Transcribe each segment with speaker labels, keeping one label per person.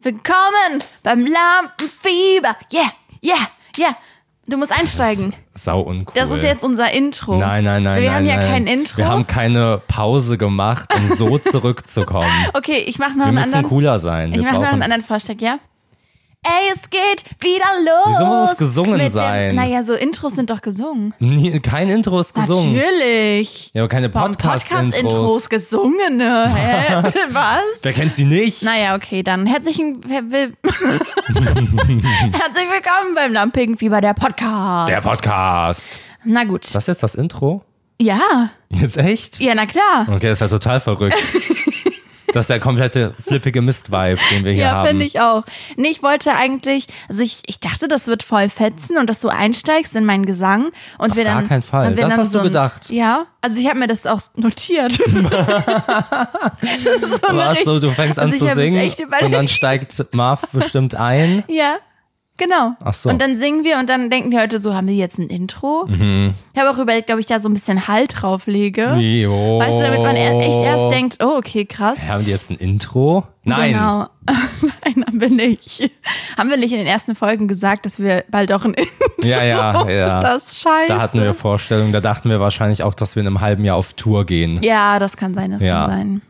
Speaker 1: Willkommen beim Lampenfieber. Yeah, yeah, yeah. Du musst einsteigen.
Speaker 2: Sau uncool.
Speaker 1: Das ist jetzt unser Intro.
Speaker 2: Nein, nein, nein.
Speaker 1: Wir
Speaker 2: nein,
Speaker 1: haben ja
Speaker 2: nein.
Speaker 1: kein Intro.
Speaker 2: Wir haben keine Pause gemacht, um so zurückzukommen.
Speaker 1: okay, ich mache noch
Speaker 2: Wir
Speaker 1: einen
Speaker 2: müssen
Speaker 1: anderen.
Speaker 2: cooler sein. Wir
Speaker 1: ich mache noch einen
Speaker 2: brauchen.
Speaker 1: anderen Vorschlag, ja? Ey, es geht wieder los.
Speaker 2: Wieso muss es gesungen
Speaker 1: mit
Speaker 2: sein?
Speaker 1: Dem, naja, so Intros sind doch gesungen.
Speaker 2: Nie, kein Intro ist gesungen.
Speaker 1: Natürlich.
Speaker 2: Ja, aber keine
Speaker 1: Warum
Speaker 2: Podcast-Intros.
Speaker 1: gesungene? Hä? Was?
Speaker 2: Wer kennt sie nicht?
Speaker 1: Naja, okay, dann herzlichen wer will- Herzlich willkommen beim Lampenfieber, der Podcast.
Speaker 2: Der Podcast.
Speaker 1: Na gut.
Speaker 2: Das ist jetzt das Intro?
Speaker 1: Ja,
Speaker 2: Jetzt echt?
Speaker 1: ja, na klar.
Speaker 2: Okay, das ist ja total verrückt. Das ist der komplette flippige Mist-Vibe, den wir hier
Speaker 1: Ja,
Speaker 2: haben.
Speaker 1: finde ich auch. Nee, ich wollte eigentlich, also ich, ich dachte, das wird voll fetzen und dass du einsteigst in meinen Gesang und wir
Speaker 2: gar
Speaker 1: dann.
Speaker 2: keinen Fall.
Speaker 1: und wir
Speaker 2: Das
Speaker 1: dann
Speaker 2: hast
Speaker 1: so
Speaker 2: du
Speaker 1: ein-
Speaker 2: gedacht.
Speaker 1: Ja, also ich habe mir das auch notiert. so
Speaker 2: Du,
Speaker 1: eine
Speaker 2: hast so, du
Speaker 1: richtig-
Speaker 2: fängst an
Speaker 1: also ich
Speaker 2: zu
Speaker 1: hab es
Speaker 2: singen
Speaker 1: echt
Speaker 2: und dann steigt Marv bestimmt ein.
Speaker 1: Ja, genau.
Speaker 2: Ach so.
Speaker 1: Und dann singen wir und dann denken die Leute so, haben wir jetzt ein Intro?
Speaker 2: Mhm.
Speaker 1: Ich habe auch überlegt, ob ich da so ein bisschen Halt drauf lege.
Speaker 2: Jo.
Speaker 1: Weißt du, damit man er- echt erst denkt, oh, okay, krass.
Speaker 2: Haben die jetzt ein Intro? Nein.
Speaker 1: Genau. Nein, haben wir nicht. Haben wir nicht in den ersten Folgen gesagt, dass wir bald auch ein Intro
Speaker 2: Ja, ja, ja.
Speaker 1: Ist das scheiße.
Speaker 2: Da hatten wir Vorstellungen, da dachten wir wahrscheinlich auch, dass wir in einem halben Jahr auf Tour gehen
Speaker 1: ja, das kann sein, das
Speaker 2: Ja.
Speaker 1: kann sein.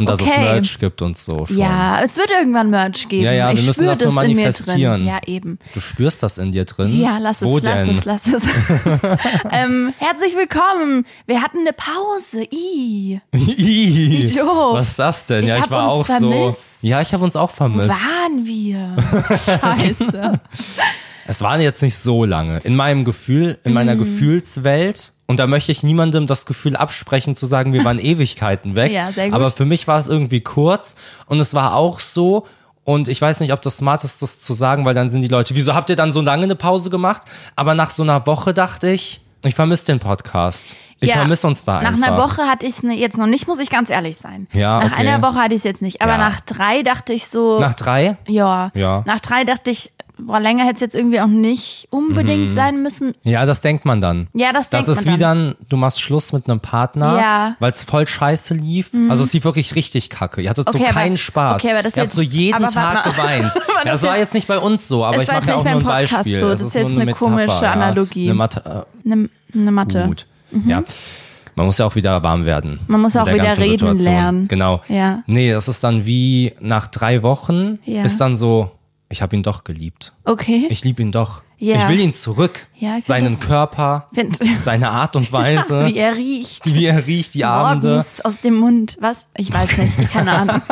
Speaker 2: und dass es
Speaker 1: Okay.
Speaker 2: Merch gibt und so. Schon.
Speaker 1: Ja, es wird irgendwann Merch geben.
Speaker 2: Ja, ja,
Speaker 1: ich
Speaker 2: wir müssen
Speaker 1: spür
Speaker 2: das nur
Speaker 1: in mir
Speaker 2: manifestieren.
Speaker 1: Drin. Ja, eben.
Speaker 2: Du spürst das in dir drin.
Speaker 1: Ja, lass es,
Speaker 2: Wo
Speaker 1: lass
Speaker 2: denn?
Speaker 1: es, lass es. ähm, herzlich willkommen. Wir hatten eine Pause. I.
Speaker 2: Wie
Speaker 1: doof.
Speaker 2: Was ist das denn? ja,
Speaker 1: Ich
Speaker 2: ich
Speaker 1: hab
Speaker 2: war auch
Speaker 1: uns vermisst.
Speaker 2: so. Ja, ich habe uns auch vermisst.
Speaker 1: Waren wir? Scheiße.
Speaker 2: Es waren jetzt nicht so lange. In meinem Gefühl, in meiner
Speaker 1: Mhm.
Speaker 2: Gefühlswelt. Und da möchte ich niemandem das Gefühl absprechen, zu sagen, wir waren Ewigkeiten weg.
Speaker 1: Ja, sehr gut.
Speaker 2: Aber für mich war es irgendwie kurz. Und es war auch so. Und ich weiß nicht, ob das smart ist, das zu sagen, weil dann sind die Leute, wieso habt ihr dann so lange eine Pause gemacht? Aber nach so einer Woche dachte ich, ich vermisse den Podcast. Ich
Speaker 1: Ja,
Speaker 2: vermisse uns da
Speaker 1: Nach
Speaker 2: einfach.
Speaker 1: einer Woche hatte ich es jetzt noch nicht, muss ich ganz ehrlich sein.
Speaker 2: Ja,
Speaker 1: nach
Speaker 2: okay.
Speaker 1: einer Woche hatte ich es jetzt nicht. Aber
Speaker 2: Ja.
Speaker 1: nach drei dachte ich so,
Speaker 2: Nach drei?
Speaker 1: ja,
Speaker 2: Ja.
Speaker 1: Nach drei dachte ich, boah, länger hätte es jetzt irgendwie auch nicht unbedingt
Speaker 2: Mhm.
Speaker 1: sein müssen.
Speaker 2: Ja, das denkt man dann.
Speaker 1: Ja, das
Speaker 2: Das
Speaker 1: denkt
Speaker 2: ist
Speaker 1: man
Speaker 2: wie dann, du machst Schluss mit einem Partner,
Speaker 1: Ja. Mhm.
Speaker 2: weil es voll scheiße lief. Also es lief wirklich richtig kacke. Ihr hattet
Speaker 1: Okay,
Speaker 2: so
Speaker 1: aber-
Speaker 2: keinen Spaß.
Speaker 1: okay, aber das
Speaker 2: Ihr habt
Speaker 1: jetzt-
Speaker 2: so jeden
Speaker 1: aber warte
Speaker 2: Tag
Speaker 1: mal.
Speaker 2: geweint. ja, das
Speaker 1: das
Speaker 2: war
Speaker 1: jetzt-
Speaker 2: jetzt nicht bei uns so, aber
Speaker 1: Es
Speaker 2: ich
Speaker 1: war
Speaker 2: mache
Speaker 1: jetzt
Speaker 2: ja auch
Speaker 1: nicht
Speaker 2: nur ein
Speaker 1: beim Podcast
Speaker 2: Beispiel.
Speaker 1: so,
Speaker 2: Es
Speaker 1: das ist
Speaker 2: nur
Speaker 1: jetzt eine
Speaker 2: Metapher,
Speaker 1: komische
Speaker 2: ja.
Speaker 1: Analogie.
Speaker 2: Eine Mathe,
Speaker 1: Eine ne Mathe.
Speaker 2: äh, gut. Ja. Man muss ja auch wieder warm werden.
Speaker 1: Man muss
Speaker 2: mit
Speaker 1: auch
Speaker 2: der
Speaker 1: wieder
Speaker 2: ganzen
Speaker 1: reden
Speaker 2: Situation.
Speaker 1: lernen.
Speaker 2: Genau.
Speaker 1: Ja.
Speaker 2: Nee, das ist dann wie nach drei Wochen
Speaker 1: Ja.
Speaker 2: ist dann so, ich habe ihn doch geliebt.
Speaker 1: Okay.
Speaker 2: Ich liebe ihn doch.
Speaker 1: Ja.
Speaker 2: Ich will ihn zurück.
Speaker 1: Ja, ich find
Speaker 2: Seinen
Speaker 1: das-
Speaker 2: Körper,
Speaker 1: Find-
Speaker 2: seine Art und Weise.
Speaker 1: Wie er riecht.
Speaker 2: wie er riecht, die Abende.
Speaker 1: Morgens aus dem Mund. Was? Ich weiß nicht. Keine Ahnung.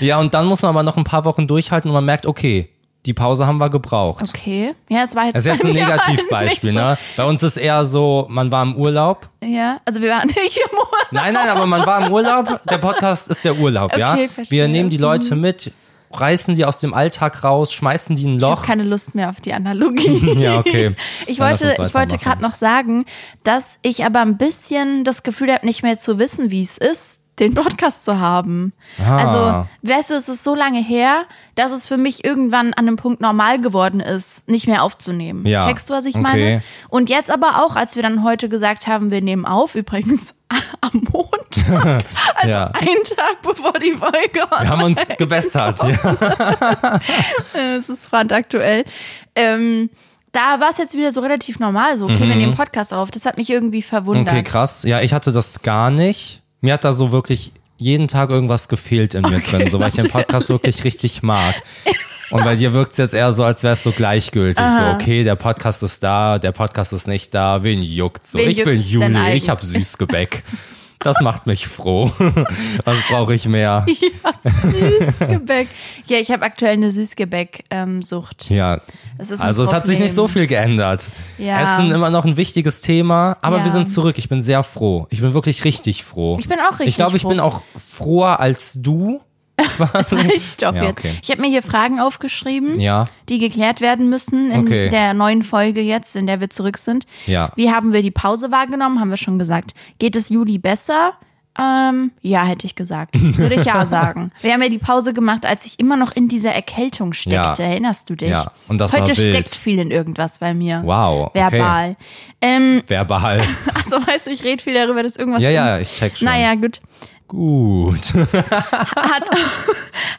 Speaker 2: Ja, und dann muss man aber noch ein paar Wochen durchhalten und man merkt, okay, die Pause haben wir gebraucht.
Speaker 1: Okay. Ja, es war jetzt,
Speaker 2: Das ist jetzt ein
Speaker 1: Ja,
Speaker 2: Negativbeispiel,
Speaker 1: nicht so-
Speaker 2: ne? Bei uns ist eher so, man war im Urlaub.
Speaker 1: Ja, also wir waren nicht im Urlaub.
Speaker 2: Nein, nein, aber man war im Urlaub. Der Podcast ist der Urlaub, ja?
Speaker 1: Okay, verstehe. Mhm.
Speaker 2: Wir nehmen die Leute mit, reißen die aus dem Alltag raus, schmeißen die in ein
Speaker 1: Ich habe
Speaker 2: Loch.
Speaker 1: keine Lust mehr auf die Analogie.
Speaker 2: Ja, okay.
Speaker 1: Ich
Speaker 2: Dann lass
Speaker 1: wollte,
Speaker 2: uns
Speaker 1: ich wollte
Speaker 2: weitermachen.
Speaker 1: gerade noch sagen, dass ich aber ein bisschen das Gefühl habe, nicht mehr zu wissen, wie es ist, den Podcast zu haben.
Speaker 2: Ah.
Speaker 1: Also, weißt du, es ist so lange her, dass es für mich irgendwann an einem Punkt normal geworden ist, nicht mehr aufzunehmen.
Speaker 2: Ja.
Speaker 1: Checkst du, was ich
Speaker 2: Okay.
Speaker 1: meine? Und jetzt aber auch, als wir dann heute gesagt haben, wir nehmen auf, übrigens am Montag, also
Speaker 2: ja.
Speaker 1: einen Tag bevor die Folge
Speaker 2: Wir haben uns gebessert. Ja.
Speaker 1: es ist brandaktuell. Ähm, da war es jetzt wieder so relativ normal, so, okay, wir nehmen Podcast auf. Das hat mich irgendwie verwundert.
Speaker 2: Mhm. Okay, krass. Ja, ich hatte das gar nicht. Mir hat da so wirklich jeden Tag irgendwas gefehlt in mir drin, so weil ich den Podcast wirklich richtig mag. Und bei dir wirkt es jetzt eher so, als wärst du gleichgültig. So, okay, der Podcast ist da, der Podcast ist nicht da, wen juckt's? So,
Speaker 1: Wen
Speaker 2: ich bin
Speaker 1: juckt's denn
Speaker 2: Juli,
Speaker 1: eigentlich?
Speaker 2: ich hab Süßgebäck. Das macht mich froh. Was brauche ich mehr?
Speaker 1: Süßgebäck. Ja, ich habe aktuell eine Süßgebäck-Sucht.
Speaker 2: Ja.
Speaker 1: Das ist ein
Speaker 2: Also es hat sich
Speaker 1: Problem.
Speaker 2: nicht so viel geändert.
Speaker 1: Ja.
Speaker 2: Essen immer noch ein wichtiges Thema, aber
Speaker 1: Ja.
Speaker 2: wir sind zurück. Ich bin sehr froh. Ich bin wirklich richtig froh.
Speaker 1: Ich bin auch richtig
Speaker 2: Ich glaube, ich
Speaker 1: froh.
Speaker 2: bin auch froher als du. Was?
Speaker 1: Ich doch
Speaker 2: Ja,
Speaker 1: jetzt.
Speaker 2: okay.
Speaker 1: Ich habe mir hier Fragen aufgeschrieben,
Speaker 2: ja,
Speaker 1: die geklärt werden müssen in
Speaker 2: Okay.
Speaker 1: der neuen Folge jetzt, in der wir zurück sind.
Speaker 2: ja.
Speaker 1: Wie haben wir die Pause wahrgenommen? Haben wir schon gesagt. Geht es Juli besser? Ähm, ja, hätte ich gesagt. Würde ich ja sagen. Wir haben ja die Pause gemacht, als ich immer noch in dieser Erkältung steckte.
Speaker 2: Ja.
Speaker 1: Erinnerst du dich?
Speaker 2: Ja, und das war
Speaker 1: Heute
Speaker 2: wild.
Speaker 1: steckt viel in irgendwas bei mir.
Speaker 2: Wow, okay.
Speaker 1: Verbal. Ähm,
Speaker 2: Verbal.
Speaker 1: also weißt du, ich rede viel darüber, dass irgendwas.
Speaker 2: Ja,
Speaker 1: in-
Speaker 2: ja, ich check schon.
Speaker 1: Naja, gut.
Speaker 2: Gut.
Speaker 1: Hat,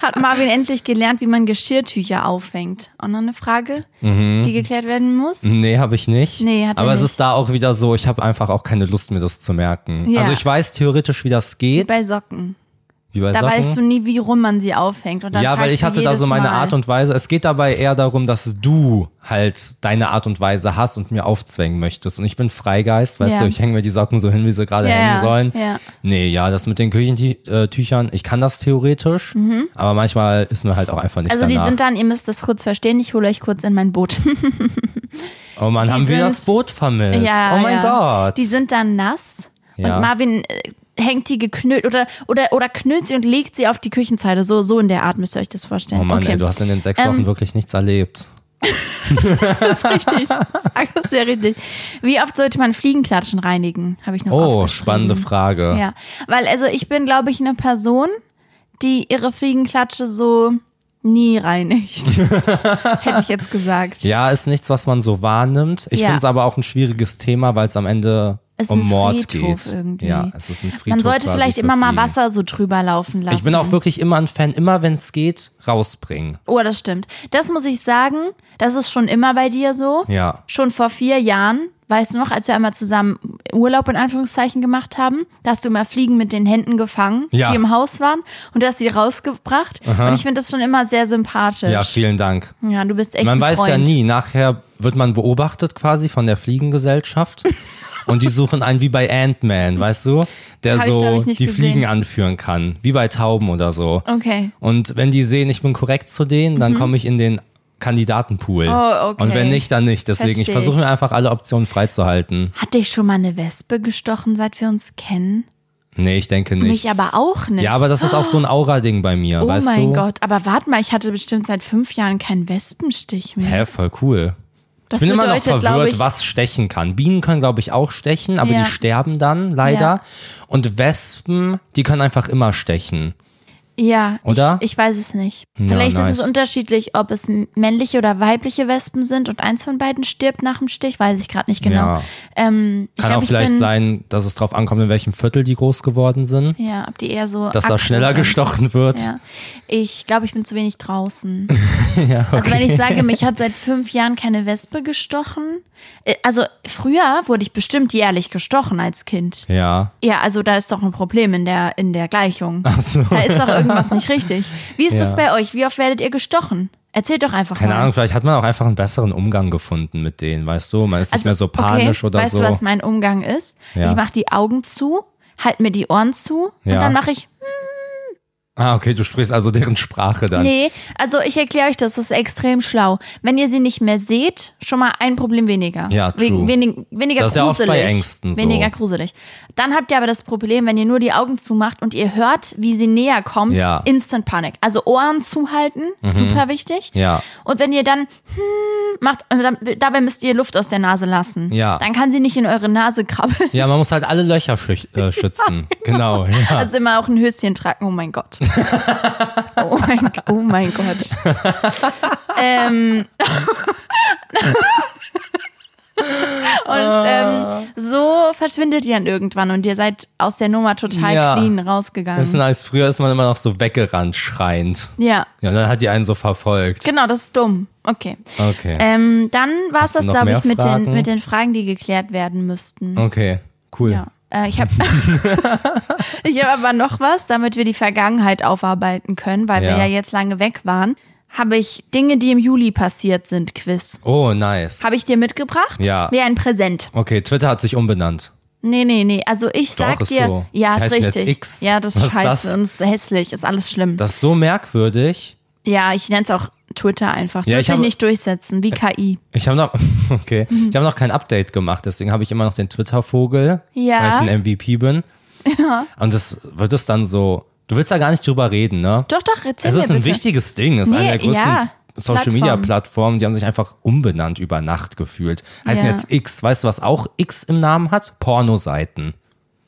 Speaker 1: hat Marvin endlich gelernt, wie man Geschirrtücher auffängt? Auch noch eine Frage,
Speaker 2: Mhm.
Speaker 1: die geklärt werden muss?
Speaker 2: Nee, habe ich nicht.
Speaker 1: Nee, hat er
Speaker 2: Aber es
Speaker 1: nicht.
Speaker 2: ist da auch wieder so, ich habe einfach auch keine Lust, mir das zu merken.
Speaker 1: Ja.
Speaker 2: Also ich weiß theoretisch, wie das
Speaker 1: Wie
Speaker 2: geht.
Speaker 1: bei Socken.
Speaker 2: Wie bei
Speaker 1: Da
Speaker 2: Socken.
Speaker 1: weißt du nie, wie rum man sie aufhängt. Und dann
Speaker 2: ja, weil
Speaker 1: fragst
Speaker 2: ich
Speaker 1: du
Speaker 2: hatte da
Speaker 1: jedes
Speaker 2: so meine
Speaker 1: Mal.
Speaker 2: Art und Weise. Es geht dabei eher darum, dass du halt deine Art und Weise hast und mir aufzwängen möchtest. Und ich bin Freigeist, weißt
Speaker 1: Ja.
Speaker 2: du, ich hänge mir die Socken so hin, wie sie gerade
Speaker 1: Ja,
Speaker 2: hängen
Speaker 1: ja,
Speaker 2: sollen.
Speaker 1: ja.
Speaker 2: Nee, ja, das mit den Küchentüchern, ich kann das theoretisch, aber manchmal ist mir halt auch einfach nicht
Speaker 1: Mhm. Also
Speaker 2: danach.
Speaker 1: die sind dann, ihr müsst das kurz verstehen, ich hole euch kurz in mein Boot.
Speaker 2: oh Mann, haben wir
Speaker 1: sind-
Speaker 2: das Boot vermisst.
Speaker 1: ja,
Speaker 2: oh mein
Speaker 1: ja.
Speaker 2: Gott.
Speaker 1: Die sind dann nass
Speaker 2: Ja.
Speaker 1: und Marvin äh, hängt die geknüllt oder, oder, oder knüllt sie und legt sie auf die Küchenzeile. So, so in der Art müsst ihr euch das vorstellen.
Speaker 2: oh Mann,
Speaker 1: okay. Ähm,
Speaker 2: ey, du hast in den sechs Wochen wirklich nichts erlebt.
Speaker 1: das ist richtig. Das ist sehr richtig. Wie oft sollte man Fliegenklatschen reinigen? Habe ich noch
Speaker 2: Oh,
Speaker 1: aufgeschrieben.
Speaker 2: spannende Frage.
Speaker 1: Mhm. Ja, weil also ich bin, glaube ich, eine Person, die ihre Fliegenklatsche so nie reinigt. Hätte ich jetzt gesagt.
Speaker 2: Ja, ist nichts, was man so wahrnimmt. Ich
Speaker 1: Ja.
Speaker 2: finde es aber auch ein schwieriges Thema, weil es am Ende
Speaker 1: Ist
Speaker 2: um
Speaker 1: ein
Speaker 2: Mord
Speaker 1: Friedhof
Speaker 2: geht.
Speaker 1: irgendwie.
Speaker 2: Ja, es ist ein Friedhof.
Speaker 1: Man sollte
Speaker 2: quasi
Speaker 1: vielleicht
Speaker 2: für
Speaker 1: immer mal
Speaker 2: Fliegen.
Speaker 1: Wasser so drüber laufen lassen.
Speaker 2: Ich bin auch wirklich immer ein Fan, immer wenn es geht, rausbringen.
Speaker 1: Oh, das stimmt. Das muss ich sagen, das ist schon immer bei dir so.
Speaker 2: Ja.
Speaker 1: Schon vor vier Jahren, weißt du noch, als wir einmal zusammen Urlaub in Anführungszeichen gemacht haben, da hast du immer Fliegen mit den Händen gefangen,
Speaker 2: Ja.
Speaker 1: die im Haus waren, und du hast die rausgebracht. Und ich finde das schon immer sehr sympathisch.
Speaker 2: Ja, vielen Dank.
Speaker 1: Ja, du bist echt
Speaker 2: Man
Speaker 1: ein
Speaker 2: weiß
Speaker 1: Freund.
Speaker 2: ja nie, nachher wird man beobachtet quasi von der Fliegengesellschaft. Und die suchen einen wie bei Ant-Man, weißt du? Der
Speaker 1: Hab ich, glaub
Speaker 2: so
Speaker 1: ich, nicht
Speaker 2: die
Speaker 1: gesehen.
Speaker 2: Fliegen anführen kann. Wie bei Tauben oder so.
Speaker 1: Okay.
Speaker 2: Und wenn die sehen, ich bin korrekt zu denen, dann komme ich in den Kandidatenpool.
Speaker 1: Mhm. Oh, okay.
Speaker 2: Und wenn nicht, dann nicht. Deswegen, ich
Speaker 1: Versteh
Speaker 2: versuche mir einfach alle Optionen freizuhalten.
Speaker 1: Hat dich schon mal eine Wespe gestochen, seit wir uns kennen?
Speaker 2: Nee, ich denke nicht.
Speaker 1: Mich aber auch nicht.
Speaker 2: ja, aber das ist auch so ein Aura-Ding bei mir,
Speaker 1: oh
Speaker 2: weißt
Speaker 1: mein
Speaker 2: du?
Speaker 1: Gott, aber warte mal, ich hatte bestimmt seit fünf Jahren keinen Wespenstich mehr.
Speaker 2: Hä, voll cool.
Speaker 1: Das
Speaker 2: ich bin immer noch
Speaker 1: bedeutet, glaub
Speaker 2: verwirrt,
Speaker 1: ich-
Speaker 2: was stechen kann. Bienen können, glaube ich, auch stechen, aber
Speaker 1: Ja.
Speaker 2: die sterben dann leider.
Speaker 1: Ja.
Speaker 2: Und Wespen, die können einfach immer stechen.
Speaker 1: Ja,
Speaker 2: Oder?
Speaker 1: Ich, ich weiß es nicht.
Speaker 2: Ja,
Speaker 1: Vielleicht ist
Speaker 2: nice.
Speaker 1: es unterschiedlich, ob es männliche oder weibliche Wespen sind und eins von beiden stirbt nach dem Stich, weiß ich gerade nicht genau.
Speaker 2: Ja.
Speaker 1: Ähm, ich
Speaker 2: Kann
Speaker 1: glaub,
Speaker 2: auch
Speaker 1: ich
Speaker 2: vielleicht
Speaker 1: bin,
Speaker 2: sein, dass es drauf ankommt, in welchem Viertel die groß geworden sind,
Speaker 1: Ja, ob die eher so.
Speaker 2: dass da
Speaker 1: aktiv
Speaker 2: schneller
Speaker 1: sind.
Speaker 2: gestochen wird.
Speaker 1: Ja. Ich glaube, ich bin zu wenig draußen. Also wenn ich sage, mich hat seit fünf Jahren keine Wespe gestochen. äh, Also früher wurde ich bestimmt jährlich gestochen als Kind.
Speaker 2: ja.
Speaker 1: Ja, also da ist doch ein Problem in der, in der Gleichung.
Speaker 2: Ach so.
Speaker 1: Da ist doch irgendwas nicht richtig. Wie ist das
Speaker 2: Ja.
Speaker 1: bei euch? Wie oft werdet ihr gestochen? Erzählt doch einfach
Speaker 2: Keine
Speaker 1: mal.
Speaker 2: Ahnung, vielleicht hat man auch einfach einen besseren Umgang gefunden mit denen, weißt du? Man ist nicht mehr so panisch
Speaker 1: Also, okay,
Speaker 2: oder
Speaker 1: weißt
Speaker 2: so.
Speaker 1: du, was mein Umgang ist?
Speaker 2: Ja.
Speaker 1: Ich mache die Augen zu, halte mir die Ohren zu
Speaker 2: Ja.
Speaker 1: und dann mache ich,
Speaker 2: ah, okay, du sprichst also deren Sprache dann.
Speaker 1: nee, also ich erkläre euch das, das ist extrem schlau. Wenn ihr sie nicht mehr seht, schon mal ein Problem weniger.
Speaker 2: Ja, true.
Speaker 1: Wegen- wenig, weniger
Speaker 2: Das ist ja oft
Speaker 1: gruselig.
Speaker 2: bei Ängsten so.
Speaker 1: Weniger gruselig. Dann habt ihr aber das Problem, wenn ihr nur die Augen zumacht und ihr hört, wie sie näher kommt,
Speaker 2: Ja. Mhm.
Speaker 1: Instant Panik. Also Ohren zuhalten, super wichtig.
Speaker 2: Ja.
Speaker 1: Und wenn ihr dann hm, macht, also dann- dabei müsst ihr Luft aus der Nase lassen.
Speaker 2: Ja.
Speaker 1: Dann kann sie nicht in eure Nase krabbeln.
Speaker 2: Ja, man muss halt alle Löcher schüch- äh, schützen. genau. ja.
Speaker 1: Also immer auch ein Höschen tragen. Oh mein Gott. Oh mein, oh mein Gott. ähm. Und
Speaker 2: Ah.
Speaker 1: ähm, so verschwindet ihr dann irgendwann und ihr seid aus der Nummer total
Speaker 2: Ja.
Speaker 1: clean
Speaker 2: Das ist
Speaker 1: rausgegangen.
Speaker 2: nice. Früher ist man immer noch so weggerannt, schreiend.
Speaker 1: Ja,
Speaker 2: Ja, und dann hat die einen so verfolgt.
Speaker 1: genau, das ist dumm. Okay.
Speaker 2: Okay.
Speaker 1: Ähm, dann war es
Speaker 2: du
Speaker 1: das,
Speaker 2: noch
Speaker 1: glaube
Speaker 2: mehr
Speaker 1: ich, mit den,
Speaker 2: Fragen?
Speaker 1: mit den Fragen, die geklärt werden müssten.
Speaker 2: okay, cool.
Speaker 1: Ja. Äh, ich habe ich hab aber noch was, damit wir die Vergangenheit aufarbeiten können, weil wir
Speaker 2: Ja.
Speaker 1: ja jetzt lange weg waren. Habe ich Dinge, die im Juli passiert sind, Quiz.
Speaker 2: Oh, nice.
Speaker 1: Habe ich dir mitgebracht?
Speaker 2: Ja.
Speaker 1: Wie ein Präsent.
Speaker 2: okay, Twitter hat sich umbenannt.
Speaker 1: Nee, nee, nee. Also ich
Speaker 2: Doch,
Speaker 1: sag
Speaker 2: ist
Speaker 1: dir.
Speaker 2: so.
Speaker 1: Ja,
Speaker 2: Die
Speaker 1: ist
Speaker 2: heißen jetzt
Speaker 1: richtig.
Speaker 2: X.
Speaker 1: Ja, das ist
Speaker 2: Was ist
Speaker 1: scheiße
Speaker 2: das?
Speaker 1: und ist hässlich, ist alles schlimm.
Speaker 2: Das ist so merkwürdig.
Speaker 1: ja, ich nenne es auch Twitter einfach. Es
Speaker 2: Ja,
Speaker 1: wird
Speaker 2: ich
Speaker 1: sich
Speaker 2: habe-
Speaker 1: nicht durchsetzen, wie KI.
Speaker 2: Ich habe noch, okay,
Speaker 1: Mhm.
Speaker 2: ich habe noch kein Update gemacht, deswegen habe ich immer noch den Twitter-Vogel,
Speaker 1: Ja.
Speaker 2: weil ich ein MVP bin. Ja. Und das wird es dann so, du willst da gar nicht drüber reden, ne?
Speaker 1: Doch, doch, erzähl
Speaker 2: Es
Speaker 1: mir
Speaker 2: ist ein
Speaker 1: bitte.
Speaker 2: wichtiges Ding. Es ist
Speaker 1: Nee,
Speaker 2: eine der größten
Speaker 1: ja.
Speaker 2: Social-Media-Plattformen. Die haben sich einfach umbenannt über Nacht gefühlt. Heißen
Speaker 1: Ja.
Speaker 2: jetzt X. Weißt du, was auch X im Namen hat? Pornoseiten.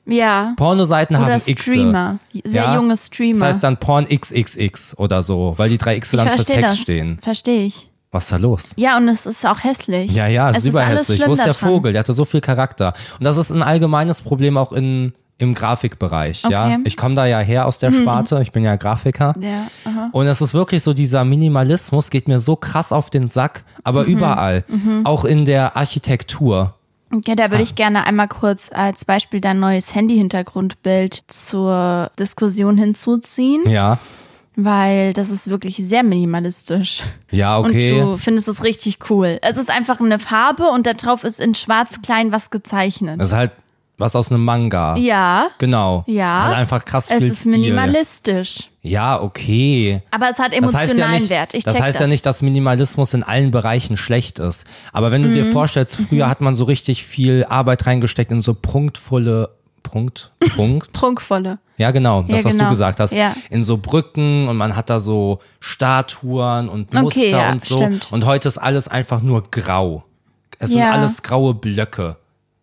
Speaker 1: ja.
Speaker 2: Pornoseiten
Speaker 1: Oder
Speaker 2: haben X.
Speaker 1: Streamer. Sehr
Speaker 2: Ja.
Speaker 1: junge Streamer.
Speaker 2: Das heißt dann Porn XXX oder so, weil die drei X
Speaker 1: ich
Speaker 2: dann für
Speaker 1: verstehe
Speaker 2: Sex
Speaker 1: das.
Speaker 2: stehen.
Speaker 1: Verstehe ich.
Speaker 2: Was ist da los?
Speaker 1: Ja, und es ist auch hässlich.
Speaker 2: Ja, ja, es
Speaker 1: es
Speaker 2: ist überhässlich. Wo ist der
Speaker 1: daran.
Speaker 2: Vogel? Der hatte so viel Charakter. Und das ist ein allgemeines Problem auch in im Grafikbereich. Ja,
Speaker 1: Okay. Hm.
Speaker 2: ich komme da ja her aus der Sparte. Ich bin ja Grafiker.
Speaker 1: Ja, aha.
Speaker 2: Und es ist wirklich so, dieser Minimalismus geht mir so krass auf den Sack, aber
Speaker 1: Mhm.
Speaker 2: überall, auch in der Architektur.
Speaker 1: Okay, da würde
Speaker 2: Ah.
Speaker 1: ich gerne einmal kurz als Beispiel dein neues Handy-Hintergrundbild zur Diskussion hinzuziehen,
Speaker 2: Ja,
Speaker 1: weil das ist wirklich sehr minimalistisch.
Speaker 2: ja, okay.
Speaker 1: Und du findest es richtig cool. Es ist einfach eine Farbe und da drauf ist in schwarz klein was gezeichnet.
Speaker 2: Das ist halt was aus einem Manga.
Speaker 1: ja,
Speaker 2: Genau.
Speaker 1: Ja.
Speaker 2: Hat einfach krass
Speaker 1: es
Speaker 2: viel
Speaker 1: ist
Speaker 2: Stil.
Speaker 1: minimalistisch.
Speaker 2: Ja, okay.
Speaker 1: Aber es hat
Speaker 2: Das
Speaker 1: emotionalen
Speaker 2: heißt ja nicht,
Speaker 1: Wert. Ich
Speaker 2: das
Speaker 1: check
Speaker 2: heißt
Speaker 1: das.
Speaker 2: ja nicht, dass Minimalismus in allen Bereichen schlecht ist. Aber wenn du
Speaker 1: Mhm.
Speaker 2: dir vorstellst, früher hat man so richtig viel Arbeit reingesteckt in so punktvolle Punkt, Punkt,
Speaker 1: Prunkvolle.
Speaker 2: Ja, genau, das, was du
Speaker 1: genau.
Speaker 2: gesagt hast.
Speaker 1: Ja.
Speaker 2: In so Brücken und man hat da so Statuen und
Speaker 1: Okay,
Speaker 2: Muster
Speaker 1: ja,
Speaker 2: und so.
Speaker 1: stimmt.
Speaker 2: Und heute ist alles einfach nur grau. Es sind
Speaker 1: Ja.
Speaker 2: alles graue Blöcke.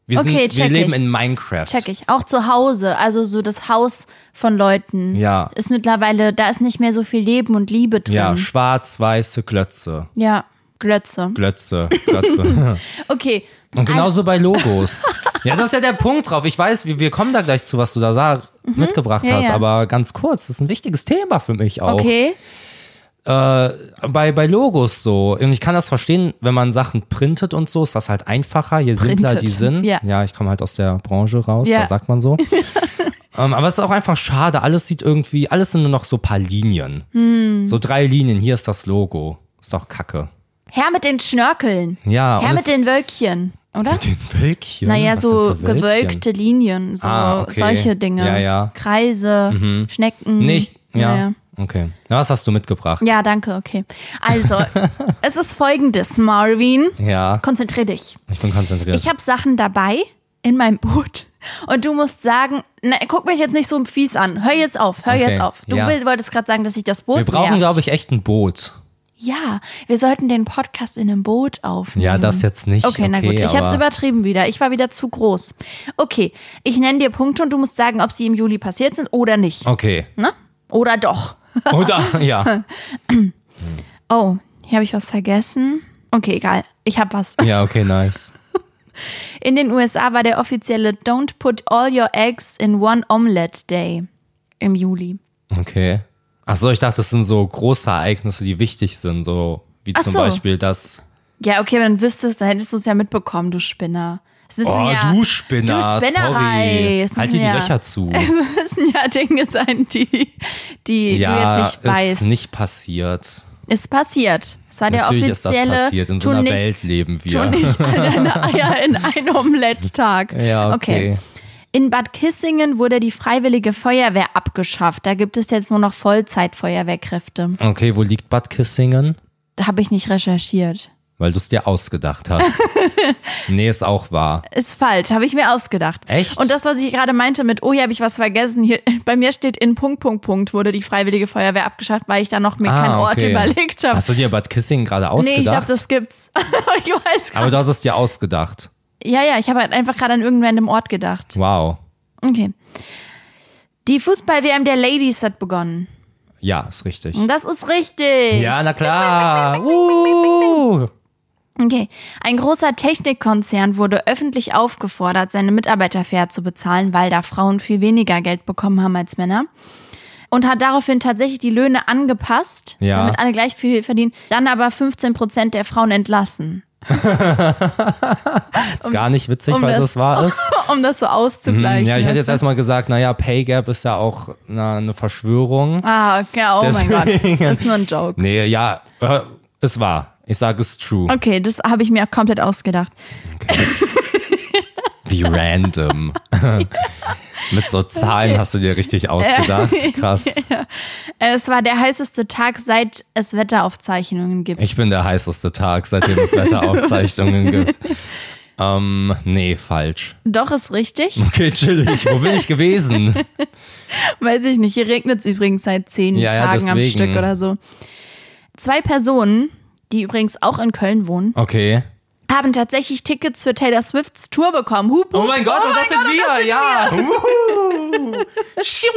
Speaker 2: Wir,
Speaker 1: Okay,
Speaker 2: sind, wir
Speaker 1: check
Speaker 2: leben
Speaker 1: ich.
Speaker 2: in Minecraft.
Speaker 1: Check ich. Auch zu Hause, also so das Haus von Leuten.
Speaker 2: Ja.
Speaker 1: Ist mittlerweile, da ist nicht mehr so viel Leben und Liebe drin.
Speaker 2: Ja, schwarz-weiße Glötze.
Speaker 1: Ja. Glötze.
Speaker 2: Glötze, Glötze.
Speaker 1: Okay. Also,
Speaker 2: und genauso bei Logos. Ja, das ist ja der Punkt drauf. Ich weiß, wir, wir kommen da gleich zu, was du da sah, mitgebracht
Speaker 1: Mhm. Ja,
Speaker 2: hast,
Speaker 1: ja.
Speaker 2: aber ganz kurz, das ist ein wichtiges Thema für mich auch.
Speaker 1: Okay.
Speaker 2: bei, bei Logos so, und ich kann das verstehen, wenn man Sachen printet und so, ist das halt einfacher, je simpler
Speaker 1: Printet,
Speaker 2: die sind.
Speaker 1: ja.
Speaker 2: ich komme halt aus der Branche raus,
Speaker 1: Ja.
Speaker 2: da sagt man so. Ähm, aber es ist auch einfach schade, alles sieht irgendwie, alles sind nur noch so paar Linien.
Speaker 1: Hm.
Speaker 2: So drei Linien, hier ist das Logo. Ist doch kacke.
Speaker 1: Her mit den Schnörkeln.
Speaker 2: Ja,
Speaker 1: Her
Speaker 2: und
Speaker 1: mit
Speaker 2: es,
Speaker 1: den Wölkchen, oder?
Speaker 2: den Wölkchen.
Speaker 1: Naja,
Speaker 2: Was
Speaker 1: so
Speaker 2: denn für Wölkchen?
Speaker 1: gewölkte Linien, so
Speaker 2: Ah, okay.
Speaker 1: solche Dinge.
Speaker 2: Ja, ja. Mhm.
Speaker 1: Kreise, Schnecken.
Speaker 2: Nicht, ja.
Speaker 1: Naja.
Speaker 2: Okay. Na, was hast du mitgebracht?
Speaker 1: Hm. Ja, danke, okay. Also, es ist folgendes, Marvin.
Speaker 2: Ja,
Speaker 1: Konzentrier dich.
Speaker 2: ich bin konzentriert.
Speaker 1: Ich habe Sachen dabei in meinem Boot. Und du musst sagen, na, guck mich jetzt nicht so fies an. Hör jetzt auf, hör
Speaker 2: Okay,
Speaker 1: jetzt auf. Du
Speaker 2: ja.
Speaker 1: will- wolltest gerade sagen, dass ich das Boot
Speaker 2: wir brauchen,
Speaker 1: nervt.
Speaker 2: glaube ich, echt ein Boot.
Speaker 1: Ja, wir sollten den Podcast in einem Boot aufnehmen.
Speaker 2: Ja, das jetzt nicht.
Speaker 1: Okay, na gut, ich
Speaker 2: aber-
Speaker 1: habe es übertrieben wieder. Ich war wieder zu groß. Okay, ich nenne dir Punkte und du musst sagen, ob sie im Juli passiert sind oder nicht.
Speaker 2: Okay.
Speaker 1: Ne? Oder doch.
Speaker 2: Oder? Ja.
Speaker 1: Oh, hier habe ich was vergessen. Okay, egal. Ich habe was.
Speaker 2: Ja, okay, nice.
Speaker 1: In den USA war der offizielle Don't put all your eggs in one omelette day im Juli.
Speaker 2: Okay. Achso, ich dachte, das sind so große Ereignisse, die wichtig sind, so wie
Speaker 1: Ach
Speaker 2: zum
Speaker 1: so.
Speaker 2: Beispiel das.
Speaker 1: Ja, okay, wenn du wüsstest, dann hättest du es ja mitbekommen, du Spinner. Das wissen
Speaker 2: Oh,
Speaker 1: ja,
Speaker 2: du Spinner,
Speaker 1: du Spinnerei.
Speaker 2: sorry.
Speaker 1: Das
Speaker 2: Halt
Speaker 1: müssen
Speaker 2: dir die
Speaker 1: ja-
Speaker 2: Löcher zu.
Speaker 1: Das müssen ja Dinge sein, die, die
Speaker 2: ja,
Speaker 1: du jetzt nicht weißt.
Speaker 2: ist nicht passiert.
Speaker 1: Ist passiert. Es war
Speaker 2: Natürlich
Speaker 1: der
Speaker 2: ist das
Speaker 1: offizielle
Speaker 2: passiert. In so
Speaker 1: tu
Speaker 2: einer
Speaker 1: nicht,
Speaker 2: Welt leben
Speaker 1: Tu
Speaker 2: wir.
Speaker 1: nicht all deine Eier in ein Omelett-Tag.
Speaker 2: Ja, okay.
Speaker 1: In Bad Kissingen wurde die freiwillige Feuerwehr abgeschafft. Da gibt es jetzt nur noch Vollzeit-Feuerwehrkräfte.
Speaker 2: Okay, wo liegt Bad Kissingen?
Speaker 1: Da habe ich nicht recherchiert.
Speaker 2: Weil du es dir ausgedacht hast. nee, ist auch wahr.
Speaker 1: Ist falsch, habe ich mir ausgedacht.
Speaker 2: Echt?
Speaker 1: Und das, was ich gerade meinte mit, oh, hier habe ich was vergessen. Hier, bei mir steht in Punkt, Punkt, Punkt wurde die Freiwillige Feuerwehr abgeschafft, weil ich da noch mir keinen
Speaker 2: ah,
Speaker 1: Ort
Speaker 2: okay.
Speaker 1: überlegt habe.
Speaker 2: Hast du dir Bad Kissingen gerade
Speaker 1: Nee,
Speaker 2: ausgedacht?
Speaker 1: ich glaube, das gibt's. Aber ich weiß gar
Speaker 2: Aber du hast es dir ausgedacht.
Speaker 1: Ja, ja, ich habe halt einfach gerade an irgendeinen random Ort gedacht.
Speaker 2: Wow.
Speaker 1: Okay. Die Fußball-WM der Ladies hat begonnen.
Speaker 2: Ja, ist richtig.
Speaker 1: Und das ist richtig.
Speaker 2: Ja, na klar. Uh.
Speaker 1: Okay. Ein großer Technikkonzern wurde öffentlich aufgefordert, seine Mitarbeiter fair zu bezahlen, weil da Frauen viel weniger Geld bekommen haben als Männer. Und hat daraufhin tatsächlich die Löhne angepasst,
Speaker 2: Ja.
Speaker 1: damit alle gleich viel verdienen, dann aber 15 Prozent der Frauen entlassen,
Speaker 2: Ist gar nicht witzig,
Speaker 1: um
Speaker 2: weil
Speaker 1: das-
Speaker 2: es wahr ist.
Speaker 1: um das so
Speaker 2: Hm,
Speaker 1: auszugleichen.
Speaker 2: ja, ich hätte jetzt
Speaker 1: weißt
Speaker 2: erstmal gesagt, naja, Pay Gap ist ja auch na, eine Verschwörung.
Speaker 1: du? Ah, okay, oh mein Gott. Das ist nur ein Joke.
Speaker 2: Nee, ja, äh, es war. Ich sage es true.
Speaker 1: Okay, das habe ich mir komplett ausgedacht.
Speaker 2: Wie random. Mit so Zahlen hast du dir richtig ausgedacht. Krass.
Speaker 1: Es war der heißeste Tag, seit es Wetteraufzeichnungen gibt.
Speaker 2: Ich bin der heißeste Tag, seitdem es Wetteraufzeichnungen gibt. Ähm, nee, falsch.
Speaker 1: Doch, ist richtig.
Speaker 2: Okay, chillig. Wo bin ich gewesen?
Speaker 1: Weiß ich nicht. Hier regnet es übrigens seit zehn
Speaker 2: Ja, ja,
Speaker 1: Tagen am
Speaker 2: deswegen.
Speaker 1: Stück oder so. Zwei Personen, die übrigens auch in Köln wohnen,
Speaker 2: Okay.
Speaker 1: haben tatsächlich Tickets für Taylor Swifts Tour bekommen. Hup, hup.
Speaker 2: Oh mein Gott, und das sind wir, ja. Wuhu. Schiu.